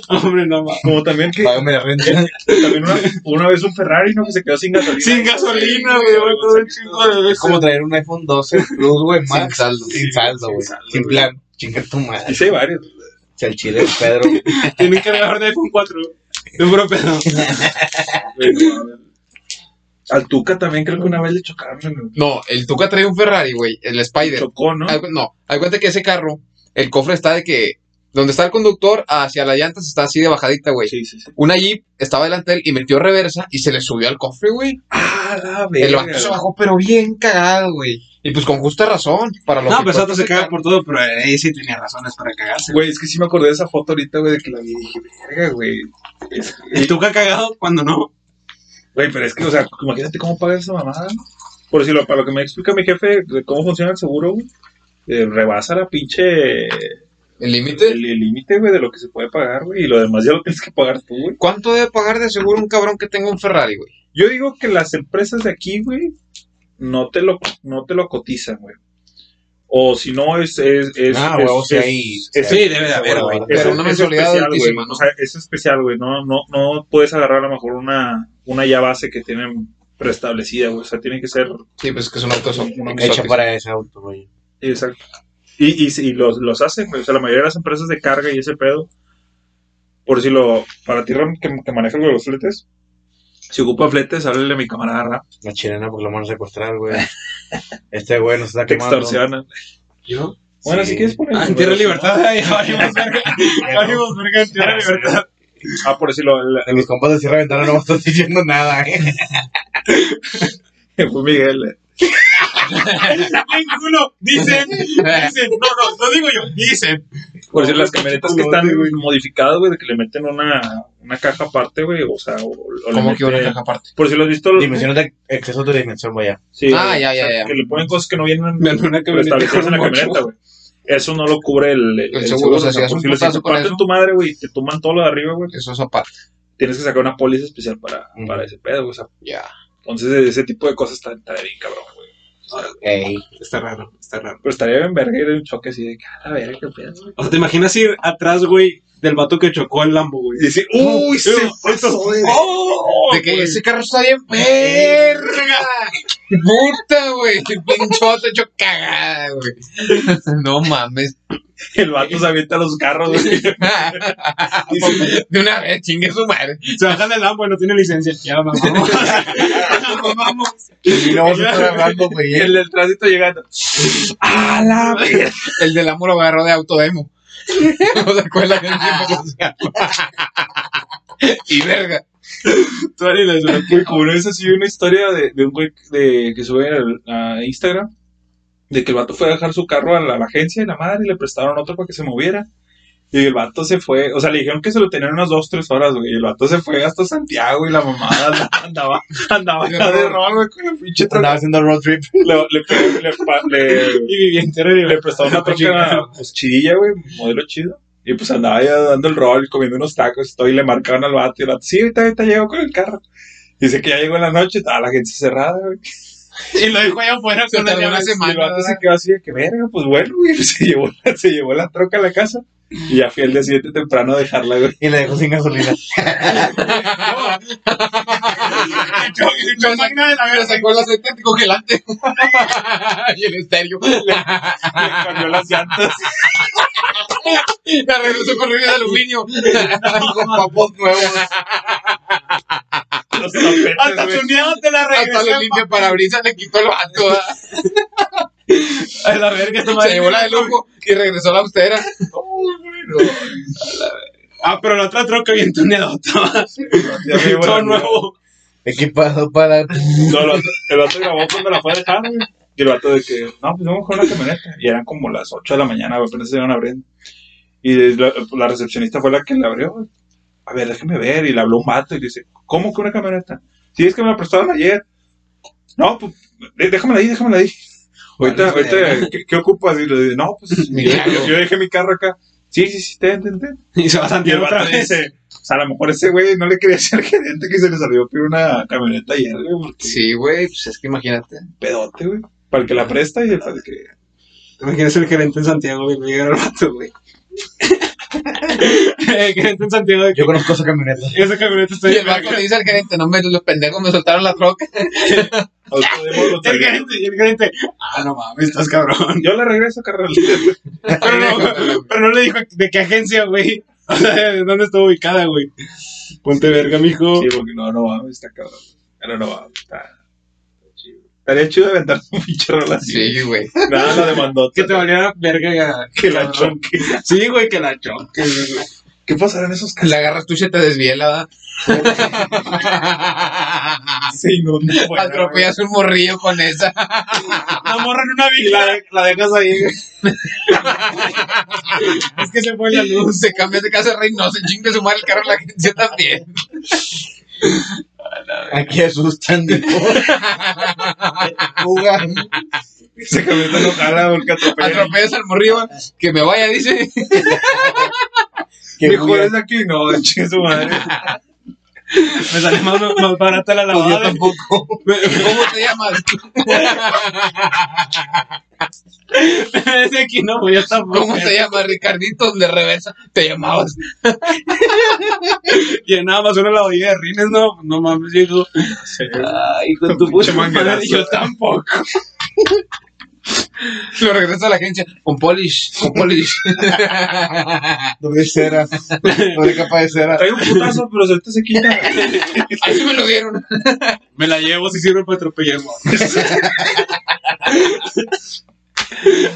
B: hombre, no mames.
A: Como también que
D: Págame la renta.
A: también una, una vez un Ferrari, ¿no? Que se quedó sin gasolina.
B: Sin gasolina, güey, güey, todo el chingo de
D: Es
B: veces.
D: como traer un iPhone 12 Plus, güey, más. Sin saldo. Sin saldo,
A: sin
D: güey.
A: saldo,
D: Sin
A: güey.
D: plan. Chinga tu
A: Y
D: madre.
A: sí hay varios.
D: Si al chile, Pedro.
B: Tiene un cargador de iPhone 4. De puro pedo.
A: güey, no, güey. Al Tuca también creo que una vez le chocaron. güey.
D: No, el Tuca trae un Ferrari, güey. El Spider.
A: Chocó, ¿no?
D: Haz cu- No, hay cuenta que ese carro, el cofre está de que. Donde está el conductor, hacia las llantas está así de bajadita, güey.
A: Sí, sí, sí.
D: Una Jeep estaba delante de él y metió reversa y se le subió al cofre, güey.
A: Ah, la
D: El
A: verga.
D: vato se bajó, pero bien cagado, güey. Y pues con justa razón. Para los
B: No,
D: que
B: pues otro
D: cuesta
B: se
D: ese
B: caga por todo, pero ahí sí tenía razones para cagarse.
A: Güey, es que sí me acordé de esa foto ahorita, güey, de que la vi y dije, verga, güey. Es-
B: El Tuca cagado cuando no.
A: Güey, pero es que, o sea, imagínate cómo paga esa mamada, ¿no? Por si lo, para lo que me explica mi jefe de cómo funciona el seguro, güey, eh, rebasa la pinche.
D: carro. El límite.
A: el el límite, güey, de lo que se puede pagar, güey, y lo demás ya lo tienes que pagar tú, güey.
D: ¿Cuánto debe pagar de seguro un cabrón que tenga un Ferrari, güey?
A: Yo digo que las empresas de aquí, güey, no te lo, no te lo cotizan, güey. O si no, es. es, es
D: Ah,
A: es-
D: güey, o sea,
A: es-
D: ahí-
A: es-
B: Sí, debe de haber,
C: Bueno,
B: güey.
A: es-
D: pero una
A: es
D: mensualidad
A: especial, güey.
D: altísima, ¿no?
A: O sea, es especial, güey. No, no, no puedes agarrar a lo mejor una, una ya base que tienen preestablecida, güey. O sea, tiene que ser
D: Sí, pues es que son autos. Son
C: Hecha para ese auto, güey.
A: Exacto. Y, y, y los, los hacen, güey. O sea, la mayoría de las empresas de carga y ese pedo, por decirlo, para ti, Ram, que, que manejas los fletes, si ocupa fletes, háblale a mi camarada Ram.
C: La chilena porque lo van a secuestrar, güey. Este güey nos está
A: Te
C: quemando.
A: extorsionan.
C: ¿Yo?
A: Bueno,
C: Sí.
A: si quieres poner.
B: Ah, en Tierra de Libertad, ahí valimos verga. Valimos verga en Tierra de Libertad.
A: Ah, por decirlo, la-
C: De mis compas de Sierra Ventana no me estás diciendo nada, eh.
A: fue Miguel. eh.
B: ¡Ay, culo! Dicen,
D: Eh,
B: dicen. No, no, no digo yo, dicen.
A: Por decir, las camionetas que están
B: Chocolate, güey.
A: modificadas, güey, de que le meten una, una caja aparte, güey. O sea, o, o le
D: Como que una
A: meten-
D: caja aparte.
A: Por si lo has visto.
C: Dimensiones de exceso de dimensión, vaya.
A: Sí,
D: Ah,
A: güey,
D: ya, ya,
A: o sea,
D: ya.
A: Que le ponen cosas que no vienen
B: Me armé una camioneta
A: establecidas en la
B: con un
A: camioneta, güey. Eso no lo cubre el,
D: El seguro, o sea, si
A: por
D: haces un
A: si les
D: putazo con
A: parten
D: eso.
A: tu madre, güey, y te tuman todo lo de arriba, güey.
D: Eso es aparte.
A: Tienes que sacar una póliza especial para,
C: Ujú.
A: para ese pedo, güey. o sea,
D: Ya.
A: entonces ese tipo de cosas está, está bien cabrón, güey.
D: Ey.
B: Está raro, está raro.
A: Pero estaría bien verga ir en un choque así de que, a la verga, qué pedo, güey.
B: O sea, ¿te imaginas ir atrás, güey, del vato que chocó el Lambo, güey?
A: Y decir, uy, se
B: Digo,
A: pasó este-". de...
B: ¡Oh!
D: De que ese carro está bien verga. Puta, güey. Pinchote hecho cagada, güey. No mames.
A: El vato se avienta a los carros, güey.
D: De una vez, chingue su madre.
B: Se baja del Lambo y no tiene licencia. Ya la mamamos. Ya la mamamos.
D: Y no vas a estar hablando,
A: Y
D: güey.
A: el del tránsito llegando. ¡A la verga!
D: El del amor agarró de autodemo. No se acuerda que el tiempo que se llama. Y verga.
A: Tony, les- güey, como una vez así vi una historia de, de un güey de, que sube al- a Instagram de que el vato fue a dejar su carro a la, a la agencia y la madre y le prestaron otro para que se moviera. Y el vato se fue, o sea, le dijeron que se lo tenían unas dos, tres horas, güey. Y el vato se fue hasta Santiago y la mamada la- andaba, andaba acá de rol, güey, con el pinche
C: Andaba
A: troca.
C: haciendo road trip.
A: Le, le, pe- le pa- le-
B: Y vivía en Tierra de
A: le
B: Libertad.
A: prestaron una troca pues, chidilla, güey, modelo chido. Y pues andaba ya dando el rol, comiendo unos tacos, todo, y le marcaban al vato. Y el vato, sí, ahorita, ahorita llego con el carro. Dice que ya llegó en la noche, estaba la gente cerrada, güey.
B: Y lo dejó allá afuera
D: Se
B: con la
D: tardó
B: llave.
D: una
A: Y el
D: semana.
A: vato se quedó así de que, verga, pues bueno, güey. Se llevó, se llevó la troca a la casa. Y ya fui el día siguiente temprano a dejarla, güey.
C: Y la dejó sin gasolina.
B: Yo- yo- yo- magna de la
D: Me
B: verga.
D: sacó el aceite anticongelante. Y el estéreo.
A: Le cambió las llantas.
D: La regresó con ruido de aluminio. Con papos nuevos.
A: Los tapetes,
B: Hasta
A: güey.
B: tuneado te la
D: Hasta
B: regresé.
D: le limpia parabrisas le quitó el vato. ¿verdad?
B: A la verga, esta madre.
D: Se llevó la de lujo y regresó la austera.
B: Ah, pero la otra troca bien tuneadota.
A: Ya me llevó la
B: Todo
A: mía.
B: nuevo.
C: Equipado para.
A: No, el vato, el vato grabó cuando la fue a dejar, güey. Y el vato de que, no, pues vamos con la camioneta. Y eran como las 8 de la mañana, güey, apenas se iban abriendo. Y la, la recepcionista fue la que la abrió, güey. A ver, déjeme ver. Y le habló un vato y le dice, ¿cómo que una camioneta? Sí, es que me la prestaron ayer. No, pues, eh, déjamela ahí, déjamela ahí. Ahorita,
D: Vale,
A: ahorita, ¿qué, qué ocupas? Y le digo, no, pues,
D: Mi
A: yo,
D: carro.
A: yo dejé mi carro acá. Sí, sí, sí, ten, ten, ten.
B: Y se va
A: Y
B: a
A: el
B: Santiago
A: vato
B: otra vez.
A: dice, o sea, a lo mejor ese güey no le quería ser gerente que se le salió pedir una camioneta ayer, güey, porque
D: Sí, güey, pues es que imagínate.
A: pedote, güey. Para el que la presta y para el que...
B: Imagínese el gerente en Santiago, güey. Llega el vato, güey. el gerente en Santiago de que.
C: Yo conozco esa camioneta.
B: Esa camioneta está
D: Y
B: bien.
D: el vato le dice al gerente, no me los pendejos me soltaron la troca.
A: o podemos lo
B: El
A: traer.
B: gerente, el gerente. Ah, no mames, estás cabrón.
A: Yo la regreso, carnal.
B: Pero no, pero no le dijo de qué agencia, güey. O sea, de dónde está ubicada, güey. Ponte verga, mijo.
A: Sí, porque no, no mames, está cabrón. Pero no mames, está está chido. Estaría chido aventar un pinche rola así.
D: Sí, güey.
A: Nada, la demandó.
B: Que te valiera verga. ya.
A: que la choque.
B: Sí, güey, que la choque. güey.
A: ¿Qué pasará en esos casos?
D: La agarras tú y se te desvía la...
A: Se inunda. güey.
D: Atropellas un morrillo con esa.
B: La morra en una vila. La, dejas ahí, güey. es que se fue la luz.
D: Se cambias de casa rey, no se chingue su madre el carro a la agencia también.
C: Aquí asustan de
D: Fuga.
A: Esa camioneta no jala porque atropella.
D: Atropellas al morrillo, que me vaya, dice.
C: que
A: Mejor
C: huyan.
A: es aquí, no, chingue su madre.
B: Me sale más, más barata la
D: Pues yo
B: lavada.
D: tampoco. ¿Cómo te llamas?
B: Es de aquí, no, güey, yo tampoco.
D: ¿Cómo te llamas, Ricardito? De reversa, te llamabas.
B: Llenaba más una lavadilla de rines, no. No mames, yo.
C: Ay, con
A: tu
C: tu
A: puta
C: puta
A: madre, yo
C: Yo tampoco.
D: Lo regreso a la agencia. Con polish, con polish.
C: Doble cera. Doble capa de cera.
A: Trae un putazo, pero se te se quita.
D: Ahí sí me lo dieron.
B: Me la llevo si sirve para atropellar morros.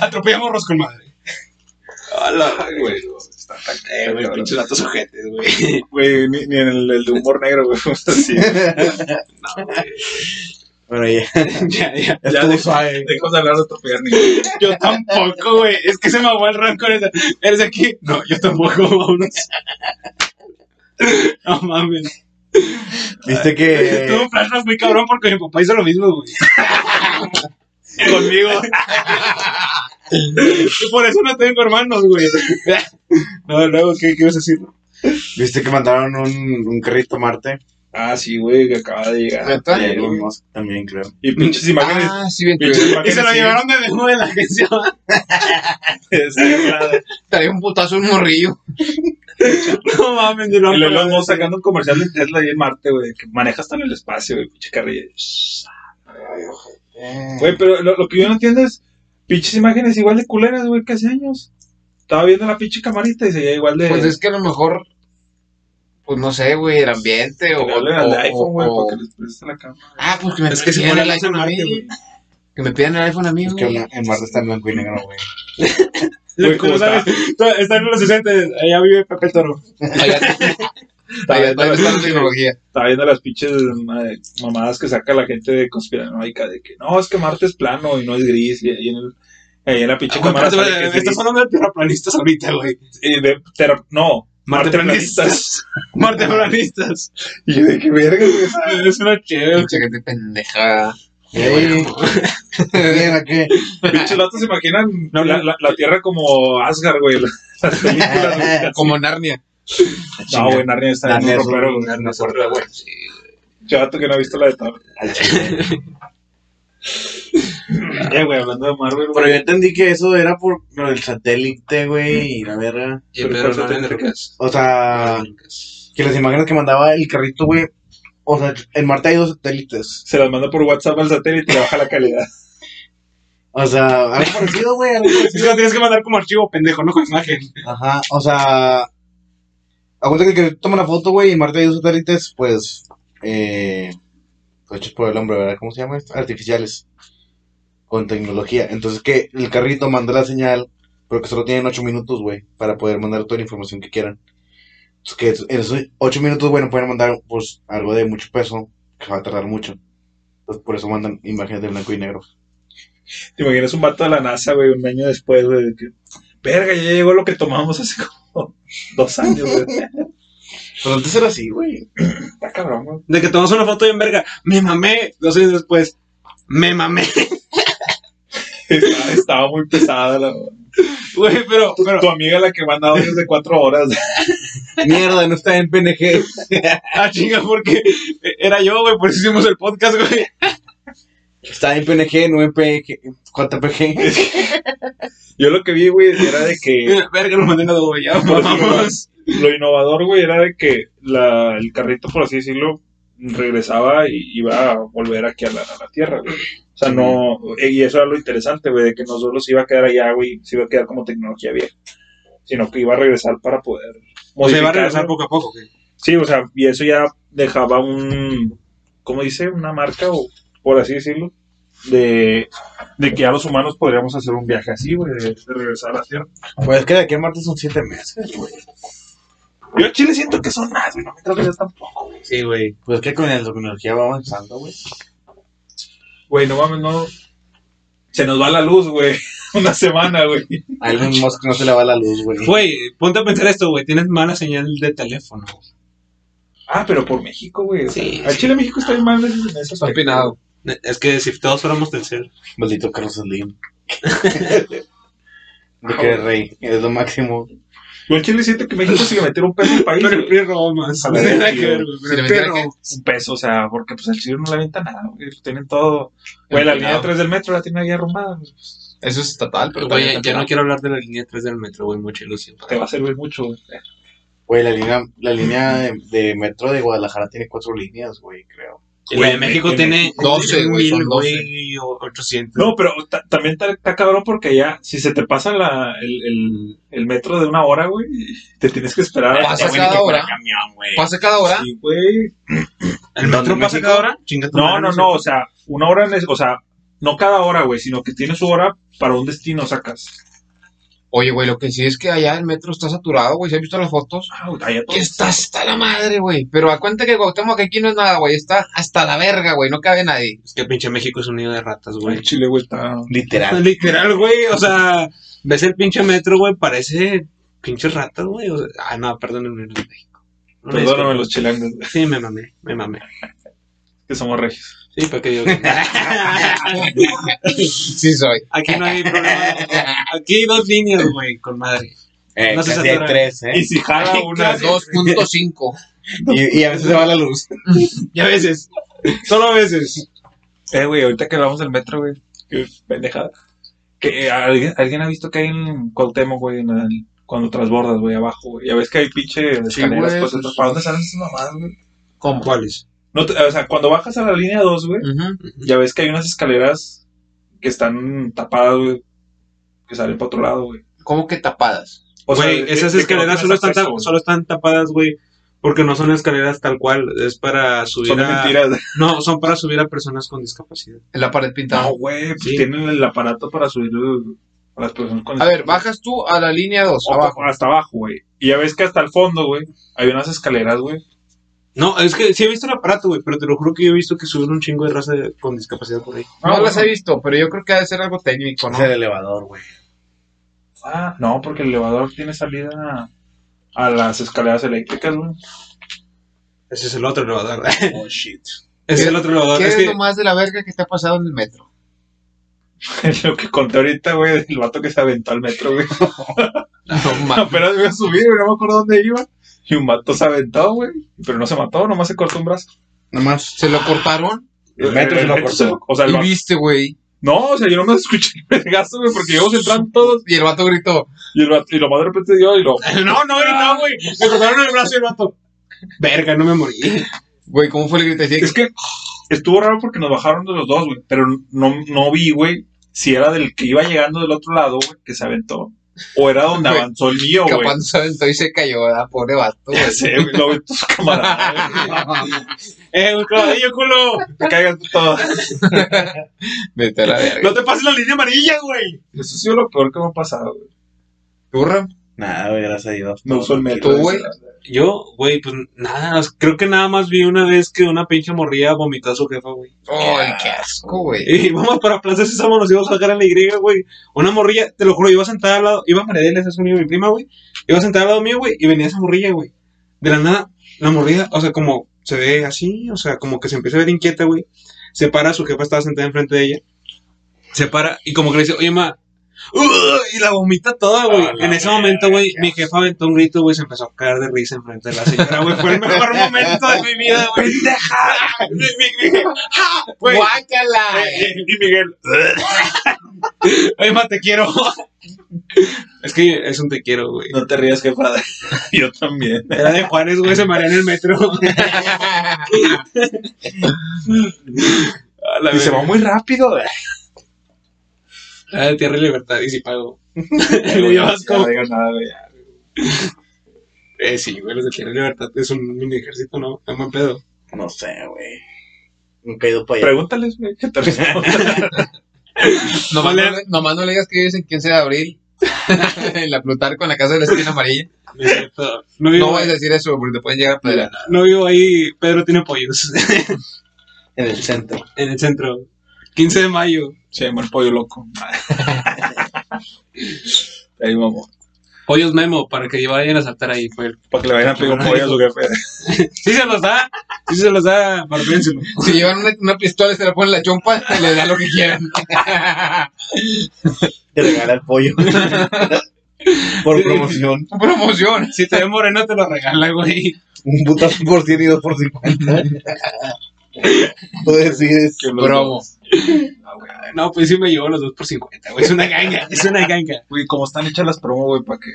B: Atropellar morros con madre.
A: Hola, güey. Está tan
B: Eh, güey,
A: cabrón.
B: pinches datos ojetes, güey.
A: Güey, ni, ni en el, el de humor negro, güey. Así.
C: Bueno, ya.
B: ya,
A: Ya
B: ya.
C: Ya tú
A: deja-
C: sabes.
A: Dejamos de hablar de atropellar ni.
B: Yo tampoco, güey. Es que se me aguó el rancor. esa. ¿Eres de aquí? No, yo tampoco, vámonos. No mames.
C: Viste que.
B: Tuve un flashback muy cabrón porque mi papá hizo lo mismo, güey.
A: Conmigo.
B: Y Por eso no tengo hermanos, güey. No, luego, ¿qué, qué ibas a decir?
C: Viste que mandaron un, un carrito a Marte.
A: Ah, sí, güey, que acaba de llegar.
D: ¿Neta?
C: Y Elon Musk también, creo.
A: Y pinches imágenes.
D: Ah, sí, bien.
A: pinches
B: Y se lo
A: imágenes,
B: llevaron de demo de la agencia.
A: sí,
D: Traía un putazo un morrillo.
B: No mames, ni lo
A: Y
B: han
A: luego
B: pagado.
A: vamos sacando un comercial de Tesla ahí en Marte, güey, que maneja hasta en el espacio, güey, pinche carrilla. Güey, pero lo, lo que yo no entiendo es, pinches imágenes igual de culeras, güey, que hace años. Estaba viendo la pinche camarita y se veía igual de...
D: Pues es que a lo mejor, pues no sé, güey, el ambiente o.
A: que le hablen al
D: o-
A: de iPhone, güey,
D: o-
A: porque les presta la cámara.
D: Ah, pues que me
B: Es que se
D: pidan
B: pone
D: el
B: la luz en
D: iPhone a mí.
B: Marte, güey.
D: Que me pidan el iPhone a mí,
C: Es que
D: güey.
C: en Marte está en blanco y negro, güey.
B: Lo
A: Güey,
B: que tú no
A: ¿cómo
B: sabes, tú- está en los 60, allá vive Pepe el Toro.
D: Allá allá- allá está la tecnología.
A: Estaba viendo las pinches eh, mamadas que saca la gente de conspiranoica, de que no, es que Marte es plano y no es gris. Y, ahí en, el- ahí en la pinche
B: Güey,
A: cámara
B: espérate,
A: sale que
B: espérate,
A: es
B: me estás
A: gris.
B: hablando de terraplanistas ahorita, güey.
A: Y de ter- no, marteplanistas.
B: Marteplanistas. Marteplanistas.
A: Y yo de qué verga, güey.
B: Es una chévere.
D: Pinche gente pendeja.
C: Ey, bien, ¿a qué?
A: Pinches latos se imaginan la, la- la Tierra como Asgard, güey. la- Las
C: Ah,
A: películas, güey.
D: Como Narnia.
A: No, güey, Narnia está en
C: Narnia
A: un
C: es un-
A: ropero, güey.
C: Narnia es un
A: Horrible, güey. Chavato que no ha visto la de Thor.
C: Al chile.
A: Eh, güey, hablando de Marvel,
C: Pero
A: güey.
C: yo entendí que eso era por lo del satélite, güey, y la verga.
D: Y el
A: Pero
D: Pedro
A: por eso te
D: Fernández Ricas.
C: O sea, que las imágenes que mandaba el carrito, güey. O sea, en Marte hay dos satélites.
A: Se las manda por WhatsApp al satélite y le baja la calidad.
C: O sea, algo parecido, güey. algo
B: Es
C: parecido.
B: que lo tienes que mandar como archivo, pendejo, no con imagen.
C: Ajá, o sea. Acuérdate que el carrito toma la foto, güey, y en Marte hay dos satélites, pues. Eh, pues hechos por el hombre, ¿verdad? ¿Cómo se llama esto? Artificiales. Con tecnología. Entonces, que el carrito manda la señal, pero que solo tienen 8 minutos, güey, para poder mandar toda la información que quieran. Entonces, que en esos 8 minutos, bueno, pueden mandar, pues, algo de mucho peso, que va a tardar mucho. Entonces, por eso mandan imágenes de blanco y negro.
A: Te imaginas un vato de la NASA, güey, un año después, güey, de que. Verga, ya llegó lo que tomamos hace como dos años, güey.
C: Pero antes era así, güey.
A: Está cabrón, güey.
B: De que tomas una foto bien verga. Me mamé. Dos años después. Me mamé.
A: Estaba, estaba muy pesada la.
B: Güey, pero, pero.
A: Tu amiga la que manda audios de cuatro horas.
C: Mierda, no está en PNG.
B: Ah, chinga, porque era yo, güey. Por eso hicimos el podcast, güey.
C: Está en PNG, no en PG. JPG.
A: Yo lo que vi, güey, era de que
B: Mira, Verga, lo mandé en Adobe ya. Vamos.
A: lo innovador, güey, era de que la, el carrito, por así decirlo, regresaba y iba a volver aquí a la, a la tierra, güey. O sea, no. Y eso era lo interesante, güey, de que no solo se iba a quedar allá, güey, se iba a quedar como tecnología vieja, sino que iba a regresar para poder.
B: O sea, va a
A: modificarlo.
B: regresar poco a poco. güey.
A: Sí, o sea, y eso ya dejaba un, ¿cómo dice? Una marca, o por así decirlo, de, de que ya los humanos podríamos hacer un viaje así, güey, de, de regresar a la Tierra.
C: Pues es que de aquí a Marte son siete meses, güey.
A: Yo en Chile siento que son más, güey, no me trato de tampoco, güey.
B: Sí, güey.
C: Pues es que con la tecnología va avanzando, güey.
A: Güey, no mames, no. Se nos va la luz, güey, una semana, güey.
C: A Elon Musk no se le va la luz, güey.
B: Güey, ponte a pensar esto, güey. Tienes mala señal de teléfono.
A: Ah, pero por México, güey.
B: Sí,
A: A Chile, México está bien mal en en ese
D: Está
A: aspecto.
D: empinado.
B: Es que si todos fuéramos tercero.
C: Maldito Carlos Slim. De que rey, es lo máximo.
A: Yo en Chile siento que México si le metiera un peso al país,
B: Pero el
A: güey,
B: PRI robó más.
A: A ver,
B: Nada
A: tío.
B: que ver, güey,
D: Si le
B: pero el PRI
D: metiera
B: robó.
A: un peso, o sea, porque pues al Chile no le avienta nada, güey, lo tienen todo. Güey, la línea
D: Empinado.
A: 3 del metro la tiene ahí arrumbada, güey.
D: Eso es estatal, pero
B: Güey,
D: también-
B: ya no quiero hablar de la línea 3 del metro, güey. Mucha ilusión.
A: te va a servir mucho, güey.
C: Güey, la línea, la línea de, de metro de Guadalajara tiene cuatro líneas, güey, creo.
B: Güey, México
A: en
B: tiene
D: 12, güey, son
B: 12.000,
D: 12.
B: güey, o 800.
A: No, pero ta- también está está cabrón porque allá, si se te pasa la, el, el, el metro de una hora, güey, te tienes que esperar.
D: Pasa
A: Eh, güey,
D: cada
A: ni que fuera
D: hora.
A: camión, güey.
D: Pasa cada hora.
A: Sí, güey.
B: ¿El metro pasa cada hora? Chinga tu
A: No,
B: madre,
A: no, no, o sea, una hora, en es- o sea, no cada hora, güey, sino que tiene su hora para un destino, sacas.
D: Oye, güey, lo que sí es que allá el metro está saturado, güey. ¿Se han visto las fotos?
A: Ah, güey, allá todo.
D: Que está hasta la madre, güey. Pero a cuenta que Cuauhtémoc aquí no es nada, güey. Está hasta la verga, güey. No cabe nadie.
B: Es que pinche México es un nido de ratas, güey.
A: El Chile, güey, está.
C: Literal.
B: Literal, güey. O sea, ves el pinche metro, güey, parece pinche ratas, güey. o sea, ah, no, perdónenme, no es México. No,
A: Perdóname
B: es
A: los chilangos,
B: que-
A: güey,
B: Sí, me mamé, me mamé.
A: que somos regios.
B: Sí, para que digo.
D: sí soy.
B: Aquí no hay problema. Aquí hay dos líneas, güey, con madre.
C: Eh,
B: No se
C: casi hay
B: satura.
C: tres, ¿eh?
A: Y si jala una.
D: 2.5.
C: Y, y a veces se va la luz.
B: Y a veces, solo a veces.
A: Eh, güey, ahorita que hablamos del metro, güey, qué pendejada. Que eh, alguien, alguien ha visto que hay en Cuauhtémoc, güey, en el- cuando transbordas, güey, abajo, güey. Ya ves que hay pinche escaleras,
D: güey,
A: cosas.
D: pues-
A: ¿Para dónde salen esas mamadas, güey?
B: ¿Con cuáles?
A: No te- o sea, cuando bajas a la línea 2, güey,
D: Ujú.
A: ya ves que hay unas escaleras que están tapadas, güey, que salen para otro lado, güey.
D: ¿Cómo que tapadas?
A: O sea,
B: Güey,
A: de-
B: esas
A: de- de que no
B: escaleras solo,
A: tienes
B: están
A: acceso,
B: ta-
A: güey.
B: solo están tapadas, güey, porque no son escaleras tal cual. Es para subir
A: Son de
B: a...
A: mentiras.
B: No, son para subir a personas con discapacidad.
D: En la pared pintada.
A: No, güey, pues
B: Sí.
A: tienen el aparato para subir eh, a las personas con
D: A ver, bajas tú a la línea 2,
A: O-
D: abajo.
A: Hasta abajo, güey. Y ya ves que hasta el fondo, güey, hay unas escaleras, güey.
B: No, es que sí he visto el aparato, güey, pero te lo juro que yo he visto que suben un chingo de raza de- con discapacidad por ahí.
D: No
A: Ah,
D: las he
A: bueno.
D: visto, pero yo creo que ha de ser algo técnico, ¿no?
C: Es el elevador, güey.
A: Ah, no, porque el elevador tiene salida a, a las escaleras eléctricas, güey.
B: Ese es el otro elevador.
C: Oh, shit.
B: Ese es el otro elevador.
D: ¿Qué
B: Es
D: es
B: que,
D: lo más de la verga que te ha pasado en el metro?
A: Lo que conté ahorita, güey, del vato que se aventó al metro, güey.
D: No mames.
A: Apenas iba a subir, güey, no me acuerdo dónde iba. Y un vato se aventó, güey. Pero no se mató, nomás se cortó un brazo.
C: Nomás.
D: Se lo cortaron
C: El metro se lo
A: metro
C: cortó.
A: O sea, el
D: y
A: vato-
D: viste, güey.
A: No, o sea, yo no me escuché el pedazo, güey, porque íbamos entrando todos.
D: Y el vato gritó.
A: Y, el vato- y lo más de repente dio y lo.
B: No, no, ahorita, güey. Me cortaron el brazo y el vato. Verga, no me morí.
D: Güey, ¿cómo fue el grito? Decía,
A: Es que estuvo raro porque nos bajaron de los dos, güey. Pero no, no vi, güey, si era del que iba llegando del otro lado, güey, que se aventó. O era donde
D: Güey,
A: avanzó el mío, güey.
D: capaz no se aventó y se cayó, ¿verdad? Pobre vato, güey.
A: Ya sé, güey, lo vi tus camaradas. güey.
B: Eh, güey, Claudillo, culo.
A: Te caigas tú todo.
D: Vete a la verga.
B: No te pases la línea amarilla, güey.
A: Eso ha sido lo peor que me ha pasado, güey.
D: ¿Tú, Ram?
C: Nada, güey, gracias a Dios.
A: No uso el metro.
D: ¿Tú, güey?
B: Yo, güey, pues nada. Creo que nada más vi una vez que una pinche morría vomitó a su jefa, güey.
D: Ay, qué asco, güey.
B: Y vamos para Plaza Sésamo, nos íbamos a sacar en la Y, güey. Una morrilla, te lo juro, iba sentada al lado, iba a Maredela, esa es una de mi prima, güey. Iba sentada al lado mío, güey, y venía esa morrilla, güey. De la nada, la morrida, o sea, como se ve así, o sea, como que se empieza a ver inquieta, güey. Se para, su jefa estaba sentada enfrente de ella. Se para y como que le dice, oye, ma. ¡Ugh! y la vomita toda, güey.
C: A la
B: en ese
C: verga,
B: momento, güey,
C: qué
B: mi jefa aventó un grito, güey, se empezó a caer de risa enfrente de la señora, güey. Fue el mejor momento de mi vida, güey. Mi- mi- mi jefa, ¡ja! Güey,
D: ¡Guácala!
A: Y Miguel.
B: Oye, ma, te quiero. es que es un te quiero, güey.
A: No te rías, jefa. Yo también.
B: Era de Juárez, güey, se mareó en el metro. A la
A: Y se
B: verga.
A: va muy rápido.
B: Ah, de tierra y libertad, y si pago.
A: No
B: llevas como-
A: digas nada, güey.
B: Eh, sí, güey, los de tierra y libertad es un mini ejército, ¿no? Es buen pedo.
C: No sé, güey. Nunca he ido para allá.
A: Pregúntales, güey, que te respondan.
D: Nomás,
B: Vale.
D: no, le- nomás no le digas que vives en 15 de abril. en la Plutarco, en la casa de la esquina amarilla.
B: No es cierto. No vivo,
D: No
B: ahí,
D: vayas a decir eso porque te pueden llegar a pedrear.
B: no vivo ahí, Pedro tiene pollos.
C: En el centro.
B: en el centro. 15 de mayo.
A: Se llamó el pollo loco. Ahí vamos.
B: Pollos Memo, para que vayan a saltar ahí. Fue el-
A: Para que le vayan a pedir un pollo a su jefe.
B: Sí se los da, sí se los da, barbénselo.
D: Si llevan una, una pistola y se la ponen en la chompa, se les da lo que quieran.
C: Te regala el pollo. por promoción.
D: Promoción.
B: Si te ve moreno, te lo regala, güey.
C: Un putazo por 100 y dos por 50. Tú decides.
A: Que los
D: Promo.
A: dos-
B: No, pues sí me llevó los dos por 50, güey. Es una ganga, es una ganga.
A: Güey, como están hechas las promos, güey, para que.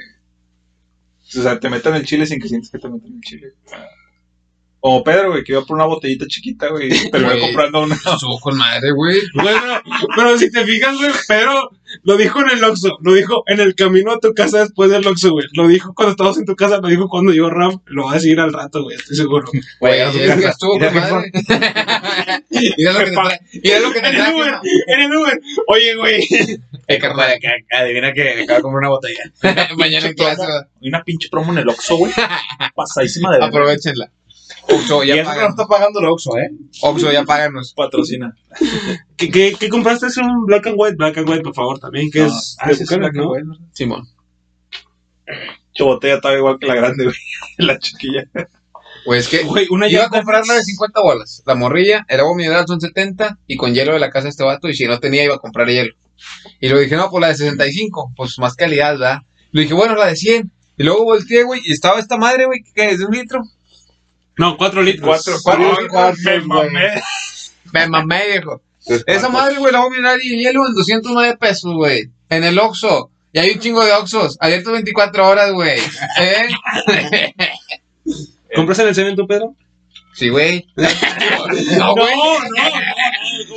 A: O sea, te metan el chile sin que sientas que te metan el chile. Como Pedro, güey, que iba por una botellita chiquita, güey, y terminó
D: Güey.
A: comprando una.
D: Su con madre, güey.
B: Güey, pero, pero si te fijas, güey, Pedro lo dijo en el Oxxo, lo dijo en el camino a tu casa después del Oxxo, güey. Lo dijo cuando estabas en tu casa, lo dijo cuando yo, Ram, lo vas a decir al rato, güey, estoy seguro.
D: Güey,
C: Güey, a su
D: es que
C: casa.
D: estuvo
C: Mira,
D: con
C: jefa.
D: madre. Mira lo que te trae. Mira lo que te
B: En el Uber,
D: trae.
B: en el Uber. Oye, güey.
D: Eh, carnal,
A: Adivina que acaba de comprar una botella.
D: mañana en clase.
A: Hay una pinche promo en el Oxxo, güey. Pasadísima
D: Ah,
A: de verga.
D: Aprovechenla. Oxo,
C: Y
D: ya
C: eso que no
D: páganos.
C: está pagando el Oxxo, ¿eh?
D: Oxo, ya páganos.
A: Patrocina.
B: ¿Qué, qué, qué compraste? Es un Black and White, Black and White, por favor, también, que
A: No,
B: es
A: ah,
B: de
A: sí, es
B: Bucanas,
A: una que
B: ¿no?
A: buena.
D: Simón.
A: Pinche botella estaba igual que la grande, güey. La chiquilla.
D: Pues es que
B: Güey, una
D: Iba
B: llave
D: a comprar una de 50 bolas. La morrilla, el agua mineral son 70 y con hielo de la casa de este vato. Y si no tenía, iba a comprar hielo. Y luego dije, no, pues la de 65, pues más calidad, ¿verdad? Le dije, bueno, la de 100. Y luego volteé, güey, y estaba esta madre, güey, que es de un litro.
B: No, cuatro litros.
A: Cuatro, cuatro,
C: Cuatro cuartos,
A: me
C: güey.
A: mamé.
D: Me mamé, viejo. Esa madre, güey, el agua mineral y el hielo en 209 pesos, güey. En el Oxxo. Y hay un chingo de Oxxos. Abiertos 24 horas, güey. ¿Eh?
B: ¿Compras en el cemento, Pedro?
D: sí, güey. No, güey.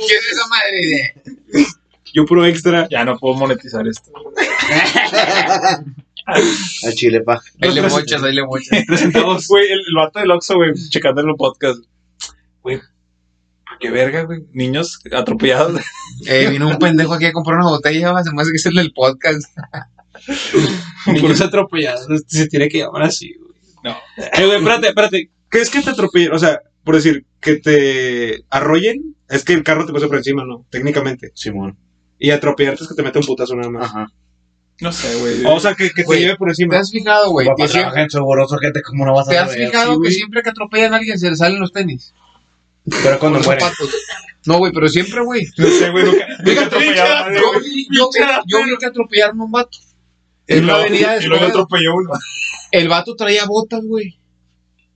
D: ¿Qué es esa madre?
B: Yo puro extra.
A: Ya no puedo monetizar esto.
C: Al chile, pa.
D: Ahí le mochas, ahí le mochas.
B: Tres centavos.
A: Güey, el, el vato del Oxxo, güey, checando en los podcasts. Güey, qué verga, güey. Niños atropellados.
D: Eh, vino un pendejo aquí a comprar una botella, va, se me hace que es el del podcast.
B: Puros atropellados. Se tiene que llamar así, güey.
A: No.
B: Eh, güey, espérate, espérate. ¿Crees que te atropellen? O sea, por decir, que te arrollen. Es que el carro te pasó por encima, ¿no? Técnicamente.
C: Simón.
B: Y atropellarte es que te mete un putazo nada más.
C: Ajá.
A: No sé,
C: Ah.
A: güey.
B: O sea, que, que te
D: Güey,
B: lleve por
D: ¿Te
B: encima.
D: has fijado, güey?
C: Papá,
D: que siempre-
C: trabaja en seguro, gente, ¿cómo no vas a
D: Pues, ¿Te has
C: saber?
D: fijado
B: sí,
D: que
B: güey.
D: siempre que atropellan a alguien se le salen los tenis?
C: Pero cuando
D: Los
C: muere.
D: zapatos. No, güey, pero siempre, güey.
A: no sé, güey. Nunca, nunca atropellado a nadie,
D: Yo,
A: güey.
D: vi- yo vi- yo vi que atropellaron a un vato.
A: Y
D: En la
A: luego-
D: avenida de
A: Y luego
D: Escobedo.
A: atropelló uno.
D: El vato traía botas, güey.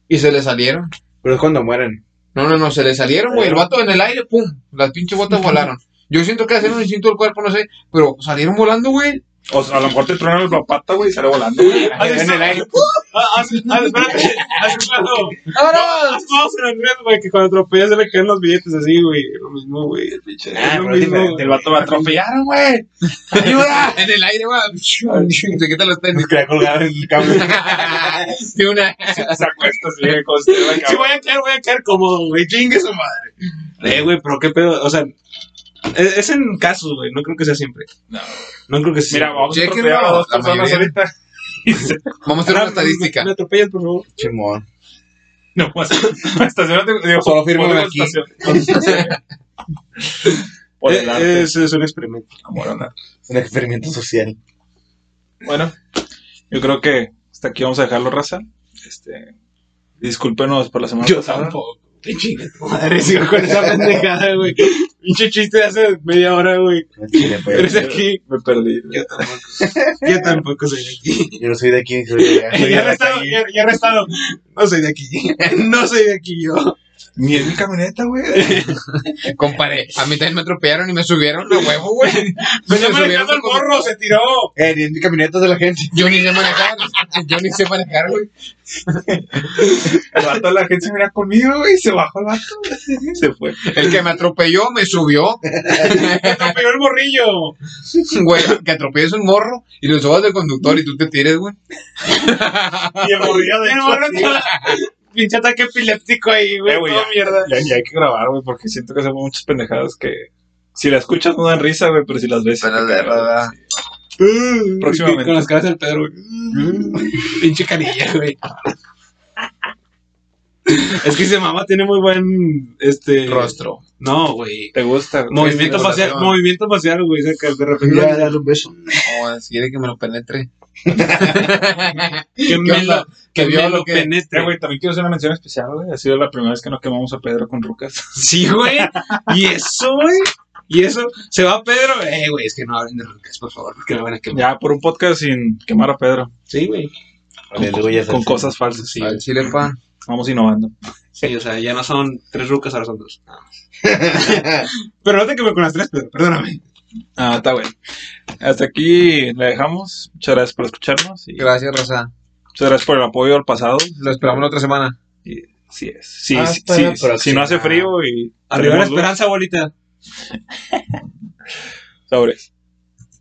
D: Y se le salieron.
C: Pero es cuando mueren.
D: No, no, no, se le salieron, güey. El vato en el aire, pum. Las pinches botas volaron. Yo siento que hacen un instinto del cuerpo, no sé. Pero salieron volando, güey.
A: O sea, a lo mejor te tronan la pata, güey, y sale volando. güey.
B: En el aire.
A: pues,
B: Ah, haz- haz- espérate. Ah, Haz cuando.
D: ¡Vámonos!
B: Haz cosas en el red, güey, que cuando atropellas se le caen los billetes así, güey. Lo mismo, güey. el pinche-
C: Ah,
B: es lo
C: pero es
B: mismo,
C: diferente,
B: güey.
A: El vato me atropellaron, güey. ¡Ayuda!
D: En el aire, güey. Se quitan los tenis.
C: Nos queda colgado en el cable.
D: De una.
A: Se acuesta así, güey, con usted, güey,
B: Si
A: cabrón.
B: voy a quedar, voy a quedar cómodo, güey. Chingue su madre. Eh, güey, pero qué pedo. O sea, e-, es, es en casos, güey. No creo que sea siempre.
A: No.
B: No creo que sea
A: Mira,
B: siempre.
A: vamos a
D: Chequenlo,
A: atropellar a dos
D: la
A: personas
D: mayoría.
A: ahorita. Y se-
D: Vamos a hacer
B: Ah,
D: una
B: me-
D: estadística.
B: Me, me atropellas, por favor.
C: Simón.
A: No, pues, estacionate. Digo,
C: Solo fírmame
A: ponte
C: aquí.
A: con estación. Por el
B: Eh,
A: arte.
B: es, es un experimento.
A: amor, anda.
C: Es un experimento social.
A: Bueno, yo creo que hasta aquí vamos a dejarlo, raza. Este, Discúlpenos por la semana
C: Yo
A: pasada.
C: tampoco. Qué chingas tu madre, sigo con esa pendejada, güey.
B: Pinche chiste de hace media hora, güey.
C: Chile, pues.
B: Eres aquí.
A: Me perdí.
B: Yo tampoco. Yo tampoco soy de aquí.
C: Yo no soy de aquí, soy de allá. soy de
B: Ya
C: la
B: arrestado,
C: calle.
B: ya ya arrestado. No soy de aquí. No soy de aquí yo.
A: Ni en mi camioneta, güey.
D: Compadre, a mí también me atropellaron y me subieron a huevo, güey. Pues, Me
B: Venía
D: subieron
B: manejando el
D: con-
B: morro, se tiró.
C: Eh, ni en mi camioneta de la gente.
D: Yo ni sé manejar, yo ni sé manejar, güey.
A: El vato de la gente se mira conmigo, güey. Se bajó el vato. güey. Se fue.
D: El que me atropelló me subió,
B: Me atropelló el morrillo.
D: güey. Que atropelles un morro y lo subas del conductor y tú te tires, güey.
B: Y el morrillo de Pinche ataque epiléptico ahí, güey.
A: Eh, güey,
B: toda
A: ya.
B: mierda.
A: Ya, ya hay que grabar, güey, porque siento que hacemos muchas pendejadas que. Si las escuchas no dan risa, güey, pero si las ves.
D: Pero
A: te
D: de
A: cagas,
D: verdad.
A: güey. Próximamente.
B: Con las caras del Pedro, güey. Pinche canilla, güey. Es que ese mamá tiene muy buen este
D: Rostro.
B: No, güey.
A: ¿Te gusta? güey?
B: Movimiento
A: Este,
B: facial,
D: regulación.
B: movimiento facial, güey. Saca de repente.
C: Ya, dale un beso.
D: O si quiere que me lo penetre.
B: que me
D: onda?
B: lo, que
D: ¿Te vio
B: me
D: lo
B: lo
D: que-
A: Eh,
B: penetre, güey.
A: güey, también quiero hacer una mención especial, güey. Ha sido la primera vez que nos quemamos a Pedro con Rucas.
B: Sí, güey. Y eso, güey. Y eso. Se va Pedro. Eh, güey, es que no hablen de Lucas, por favor, porque lo van a quemar.
A: Ya, por un podcast sin quemar a Pedro.
B: Sí, güey.
C: Le digo ya
A: Con
C: sabes.
A: cosas falsas, sí.
D: Al chile, pa.
A: Vamos innovando.
B: Sí, o sea, ya no son tres rucas, ahora son dos. Pero no te quemé con las tres, Pedro, perdóname.
A: Ah, está bueno. Hasta aquí la dejamos. Muchas gracias por escucharnos. Y muchas
D: Gracias, Rosa.
A: gracias por el apoyo al pasado.
D: Lo esperamos la otra semana.
A: Sí es. Sí,
C: Hasta
A: sí, sí,
C: la próxima.
A: si no hace frío y
B: Arriba la
A: tenemos luz,
B: esperanza, abuelita.
A: Sobres.